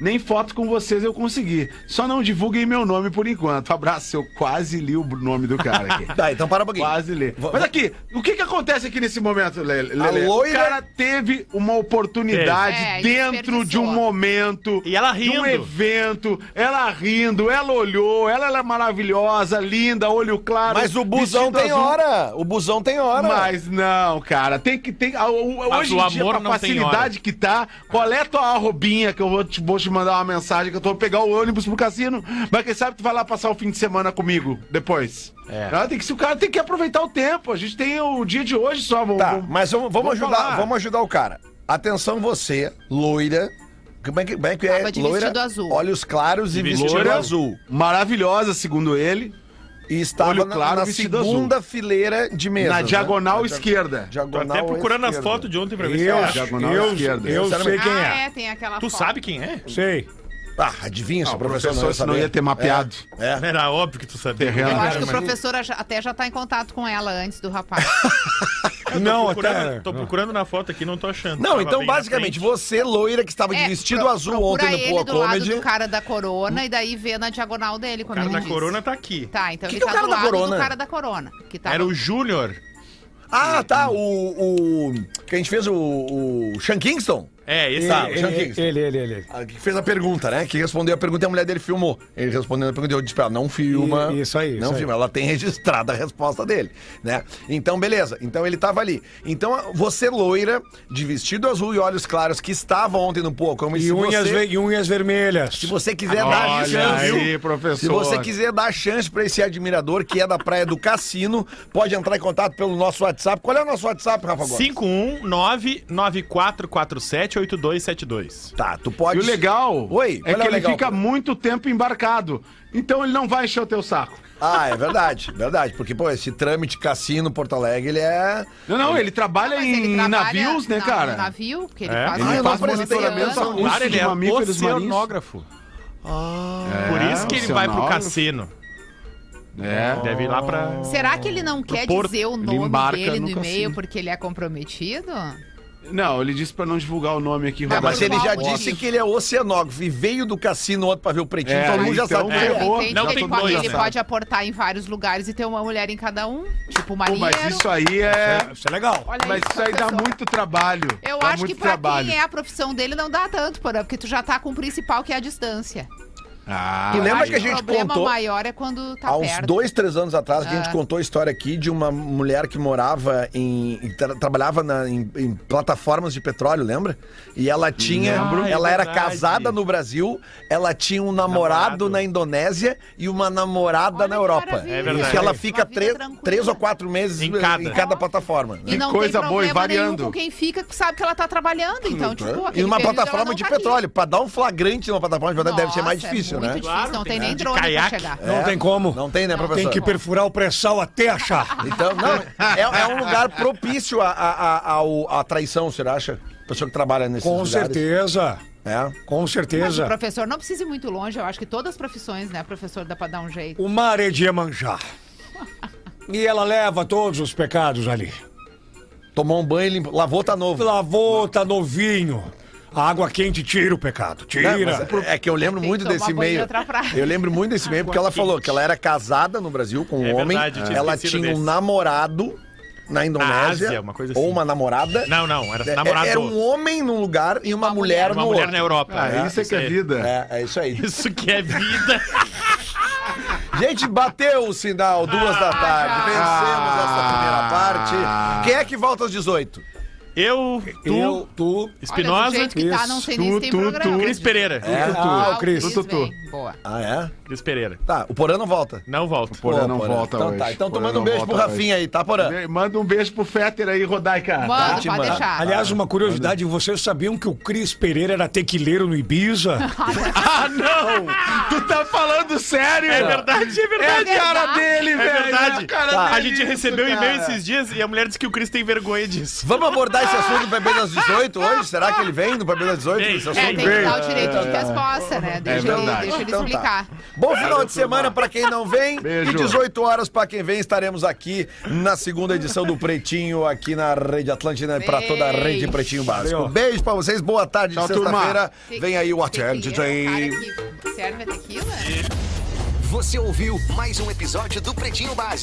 H: Nem foto com vocês eu consegui. Só não divulguem meu nome por enquanto. Abraço, eu quase li o nome do cara aqui.
D: Tá, então para um pouquinho.
H: Quase ler.
D: Vou-
H: Mas aqui, o que que acontece aqui nesse momento, Lele?
D: A
H: Lele?
D: loira-
H: O cara teve uma oportunidade
F: Teve. É, e
H: dentro
F: desperdiçou.
H: de um momento.
G: E ela
H: De um
G: rindo.
H: evento, ela rindo, ela olhou, ela era maravilhosa, linda, olho claro.
D: Ah, Mas o busão
H: vestido
D: tem
H: azul.
D: hora. O busão tem hora.
H: Mas não, cara, tem que tem a- o-
G: Mas
H: hoje
G: o
H: em dia
G: amor
H: com a
G: não tem
H: facilidade que tá, qual é a tua arrobinha que eu vou te, vou te mandar uma mensagem que eu tô pegar o ônibus pro cassino, mas quem sabe tu vai lá passar o fim de semana comigo depois. É. tem que se o cara tem que aproveitar o tempo, a gente tem o dia de hoje só, vamos,
D: Tá,
H: vamos-
D: mas vamos, vamos ajudar,
H: falar.
D: vamos ajudar o cara. Atenção você, loira. Como é que, como é, que é?
F: Tava de
D: loira,
F: vestido azul.
D: Olhos claros e vestido
H: Loira,
D: azul.
H: Maravilhosa, segundo ele.
D: E estava
H: Olho
D: na,
H: claro,
D: na
H: vestido azul.
D: segunda fileira de mesa. né?
H: Na diagonal esquerda.
J: Tô até
D: um
J: procurando as fotos de ontem pra ver se eu
D: É,
E: Eu,
J: acho.
H: diagonal
E: eu,
H: esquerda.
E: eu sei quem
F: Ah,
E: é.
F: é, tem aquela
J: Tu
F: foto.
J: sabe quem é?
E: Sei.
D: Ah, adivinha, se o professor,
H: Só se não ia ter mapeado.
D: É.
J: Era óbvio que tu sabia.
G: é,
H: Terreno.
F: Eu
H: Ah,
F: acho que o professor já- até já tá em contato com ela antes do rapaz.
J: Eu tô
E: Não,
J: procurando,
E: até-
J: Tô procurando na foto aqui, não tô achando.
D: Não,
J: Tava
D: então
J: bem na
D: basicamente,
J: frente.
D: você, loira, que estava de
F: É,
D: vestido
F: pro-
D: azul
F: procura
D: ontem no
F: ele
D: Poa
F: do
D: Comedy.
F: lado do cara da corona e daí vê na diagonal dele,
J: O
F: como
J: cara
F: ele
J: da
F: disse.
J: corona tá aqui.
F: Tá, então
D: Que
F: ele
D: que é o
F: tá
D: cara
F: do
D: da
F: lado
D: corona?
F: do cara da corona. Que tá
J: Era o Júnior.
D: Ah, tá, o, o- Que a gente fez o. o Sean Kingston.
J: É, esse
G: Ah,
D: Tá,
J: aí.
D: o Sean
E: Ele,
D: Kingston.
E: ele, ele. ele.
D: Ah, Que fez a pergunta, né? Que respondeu a pergunta e a mulher dele filmou. Ele respondendo a pergunta, eu disse pra ela, não filma.
E: I- isso aí,
D: Não
E: isso aí.
D: filma. Ela tem registrada a resposta dele, né? Então, beleza. Então, ele tava ali. Então, a- você, loira, de vestido azul e olhos claros, que estava ontem no Poa Comedy,
E: E
D: se
E: unhas,
D: você...
E: ve- e unhas vermelhas.
D: Se você quiser dar a
H: Olha
D: chance,
H: aí, professor.
D: se você quiser dar a chance pra esse admirador que é da Praia do Cassino, pode entrar em contato pelo nosso WhatsApp. Qual é o nosso WhatsApp, Rafa Gomes?
J: 519-9447-8272.
D: Tá, tu pode.
H: E o legal
D: Oi,
H: é
D: qual
H: que
D: o
H: ele
D: legal,
H: fica
D: Pedro?
H: muito tempo embarcado. Então ele não vai encher o teu saco.
D: Ah, é verdade, verdade. Porque, pô, esse trâmite Cassino Porto Alegre, ele é.
H: Não, não, ele trabalha
F: Mas
H: em
F: ele trabalha
H: navios, né,
F: na-
H: cara?
F: No navio, que ele
J: É.
F: faz um
H: Ele
D: Ah, eu não
H: faz
D: prestei
H: monitoramento
D: atenção.
H: acústico
J: Cara, ele
H: de
J: é
H: mamíferos marinhos.
J: oceanógrafo. Por isso que
H: É,
J: ele vai pro
H: oceanógrafo.
J: cassino.
H: É.
J: Deve ir lá pra...
F: Será que ele não quer
H: Porto,
F: dizer o
H: ele
F: nome
H: embarca assim.
F: dele no
H: no
F: e-mail
H: cassino.
F: porque ele é comprometido?
H: Não, ele disse pra não divulgar o nome aqui,
F: Tá,
H: Roberto.
D: Mas ele já
F: Qual o
D: disse
F: motivo?
D: que ele é oceanógrafo e veio do cassino ontem pra ver o pretinho,
H: É,
D: então todo mundo já
H: então,
D: sabe.
H: é.
D: que
H: Ferrou,
F: entende
H: já
F: que ele,
H: todo
F: pode,
H: mundo já
F: ele
D: né?
H: sabe.
F: pode aportar em vários lugares e ter uma mulher em cada um, tipo
H: Pô,
F: marinheiro.
H: mas isso aí é.
E: Isso é legal.
F: Olha
H: Mas isso aí dá
F: professor.
H: muito trabalho.
F: Eu
H: dá
F: acho
H: muito
F: que pra
H: trabalho.
F: quem é a profissão dele não dá tanto, porra, porque tu já tá com o principal que é a distância.
H: Ah,
D: Tu lembra
F: Acho
D: que a gente
F: o problema
D: contou.
F: maior é quando tá
D: Há uns
F: perto.
D: dois, três anos atrás, que a gente
F: Ah.
D: contou a história aqui de uma mulher que morava em. em- tra- trabalhava na- em, em plataformas de petróleo, lembra? E ela tinha.
J: Lembro.
D: Ela
J: Ah, é
D: era
J: verdade.
D: casada no Brasil, ela tinha um namorado,
J: Namorado.
D: na Indonésia e uma namorada
F: Olha
D: na
F: que
D: Europa.
F: maravilha.
J: É
D: E
J: verdade.
D: que ela
J: Uma
D: fica
F: vida
D: três,
F: tranquila.
D: três ou quatro meses
J: Em
D: em cada,
J: cada.
D: plataforma. né?
F: E não
H: coisa
F: tem
H: boa, e
F: problema
H: variando.
F: nenhum com quem fica, que sabe que ela tá trabalhando. Então, tipo,
D: Uhum. E
F: aquele
D: numa
F: período ela
D: plataforma
F: não
D: de
F: tá aqui.
D: petróleo. Pra dar um flagrante numa plataforma de petróleo deve ser mais
F: Nossa,
D: difícil,
F: é
D: né?
F: muito Difícil,
J: Claro,
F: não tem
J: tem, né?
F: nem
J: De
F: drone pra
J: caiaque.
F: chegar.
E: Não tem como.
D: É. Não tem, né, professor?
E: Tem que perfurar o pré-sal até achar.
D: Então, não, é, é um lugar propício à a, traição, você acha? Pessoa que trabalha nesse
E: Com certeza.
D: É.
E: Com
F: Mas o
E: certeza.
F: professor não precisa ir muito longe, eu acho que todas as profissões, né, professor, dá pra dar um jeito.
E: O mar é de Iemanjá. E ela leva todos os pecados ali.
D: Tomou um banho, limpou, lavou, tá novo.
E: Lavou, tá novinho. A água quente tira o pecado.
D: Não,
E: Tira.
D: mas é que eu lembro
F: Tem que
D: muito
F: tomar
D: desse
F: banho em
D: e-mail.
F: outra praia.
D: Eu lembro muito desse e-mail porque ela falou que ela era casada no Brasil com um
J: É
D: homem.
J: verdade, eu tinha
D: ela
J: esquecido
D: tinha um
J: desse.
D: namorado na Indonésia.
J: Ásia, uma coisa
D: Ou
J: assim.
D: uma namorada.
J: Não, não, era
D: É,
J: namorado.
D: Era um homem um num lugar e uma,
F: Uma
D: mulher,
F: mulher.
D: no
J: Uma mulher
D: outro.
J: na Europa.
H: Ah, isso é que é
J: aí.
H: vida.
D: É, é isso aí.
J: Isso que é vida.
D: Gente, bateu o sinal, duas
F: Ah,
D: da tarde. Vencemos essa
H: Ah.
D: primeira parte. Quem é que volta às 18?
J: Eu, tu,
E: Eu, tu.
F: Olha, do
J: Espinosa,
F: jeito que tá, não sei nem se
H: tu,
F: tem
H: tu,
F: programa.
H: tu.
J: Cris Pereira.
D: É?
E: Ah, o Cris.
H: tu, tu.
F: vem. Boa.
D: Ah, é?
J: Cris Pereira.
D: Tá, o Porã não volta.
J: Não volto.
H: Porã
D: Pô,
H: não volta
D: então
H: hoje.
D: Tá. Então tu
H: Porã
D: manda um
H: não
D: beijo pro
H: volta
D: Rafinha aí, tá, Porã?
H: Manda um beijo pro Fetter aí, Rodaica.
F: Mano,
D: te
F: pode
D: mandar.
F: deixar.
E: Aliás, uma curiosidade, vocês sabiam que o Cris Pereira era tequileiro no Ibiza?
H: Ah, não! Tu tá falando sério? É
J: verdade, é
H: É a
J: verdade.
H: cara
F: verdade.
H: dele,
J: É
H: velho.
J: verdade.
H: a cara
J: A
H: dele
J: gente
H: isso,
J: recebeu um e-mail
H: cara.
J: esses dias e a mulher disse que o Cris tem vergonha disso.
D: Vamos abordar esse assunto do bebê das 18 hoje? Será que ele vem do bebê das 18?
J: Vem,
D: esse
J: é,
F: É, tem
D: assunto? Ah.
F: que dar o direito de resposta, né? Deixa, ele,
H: É verdade.
F: deixa ele
D: Então tá.
F: explicar.
D: Bom final de semana pra quem não vem
H: Beijo.
D: e 18 horas pra quem vem. Estaremos aqui na segunda edição do Pretinho, aqui na Rede Atlântica, pra toda a rede Pretinho Básico.
E: Valeu.
D: Beijo pra vocês, boa tarde de
H: Tchau, turma.
D: sexta-feira. Vem aí o Atende.
F: Tequila, o cara que um serve a tequila?
K: Você ouviu mais um episódio do Pretinho Básico.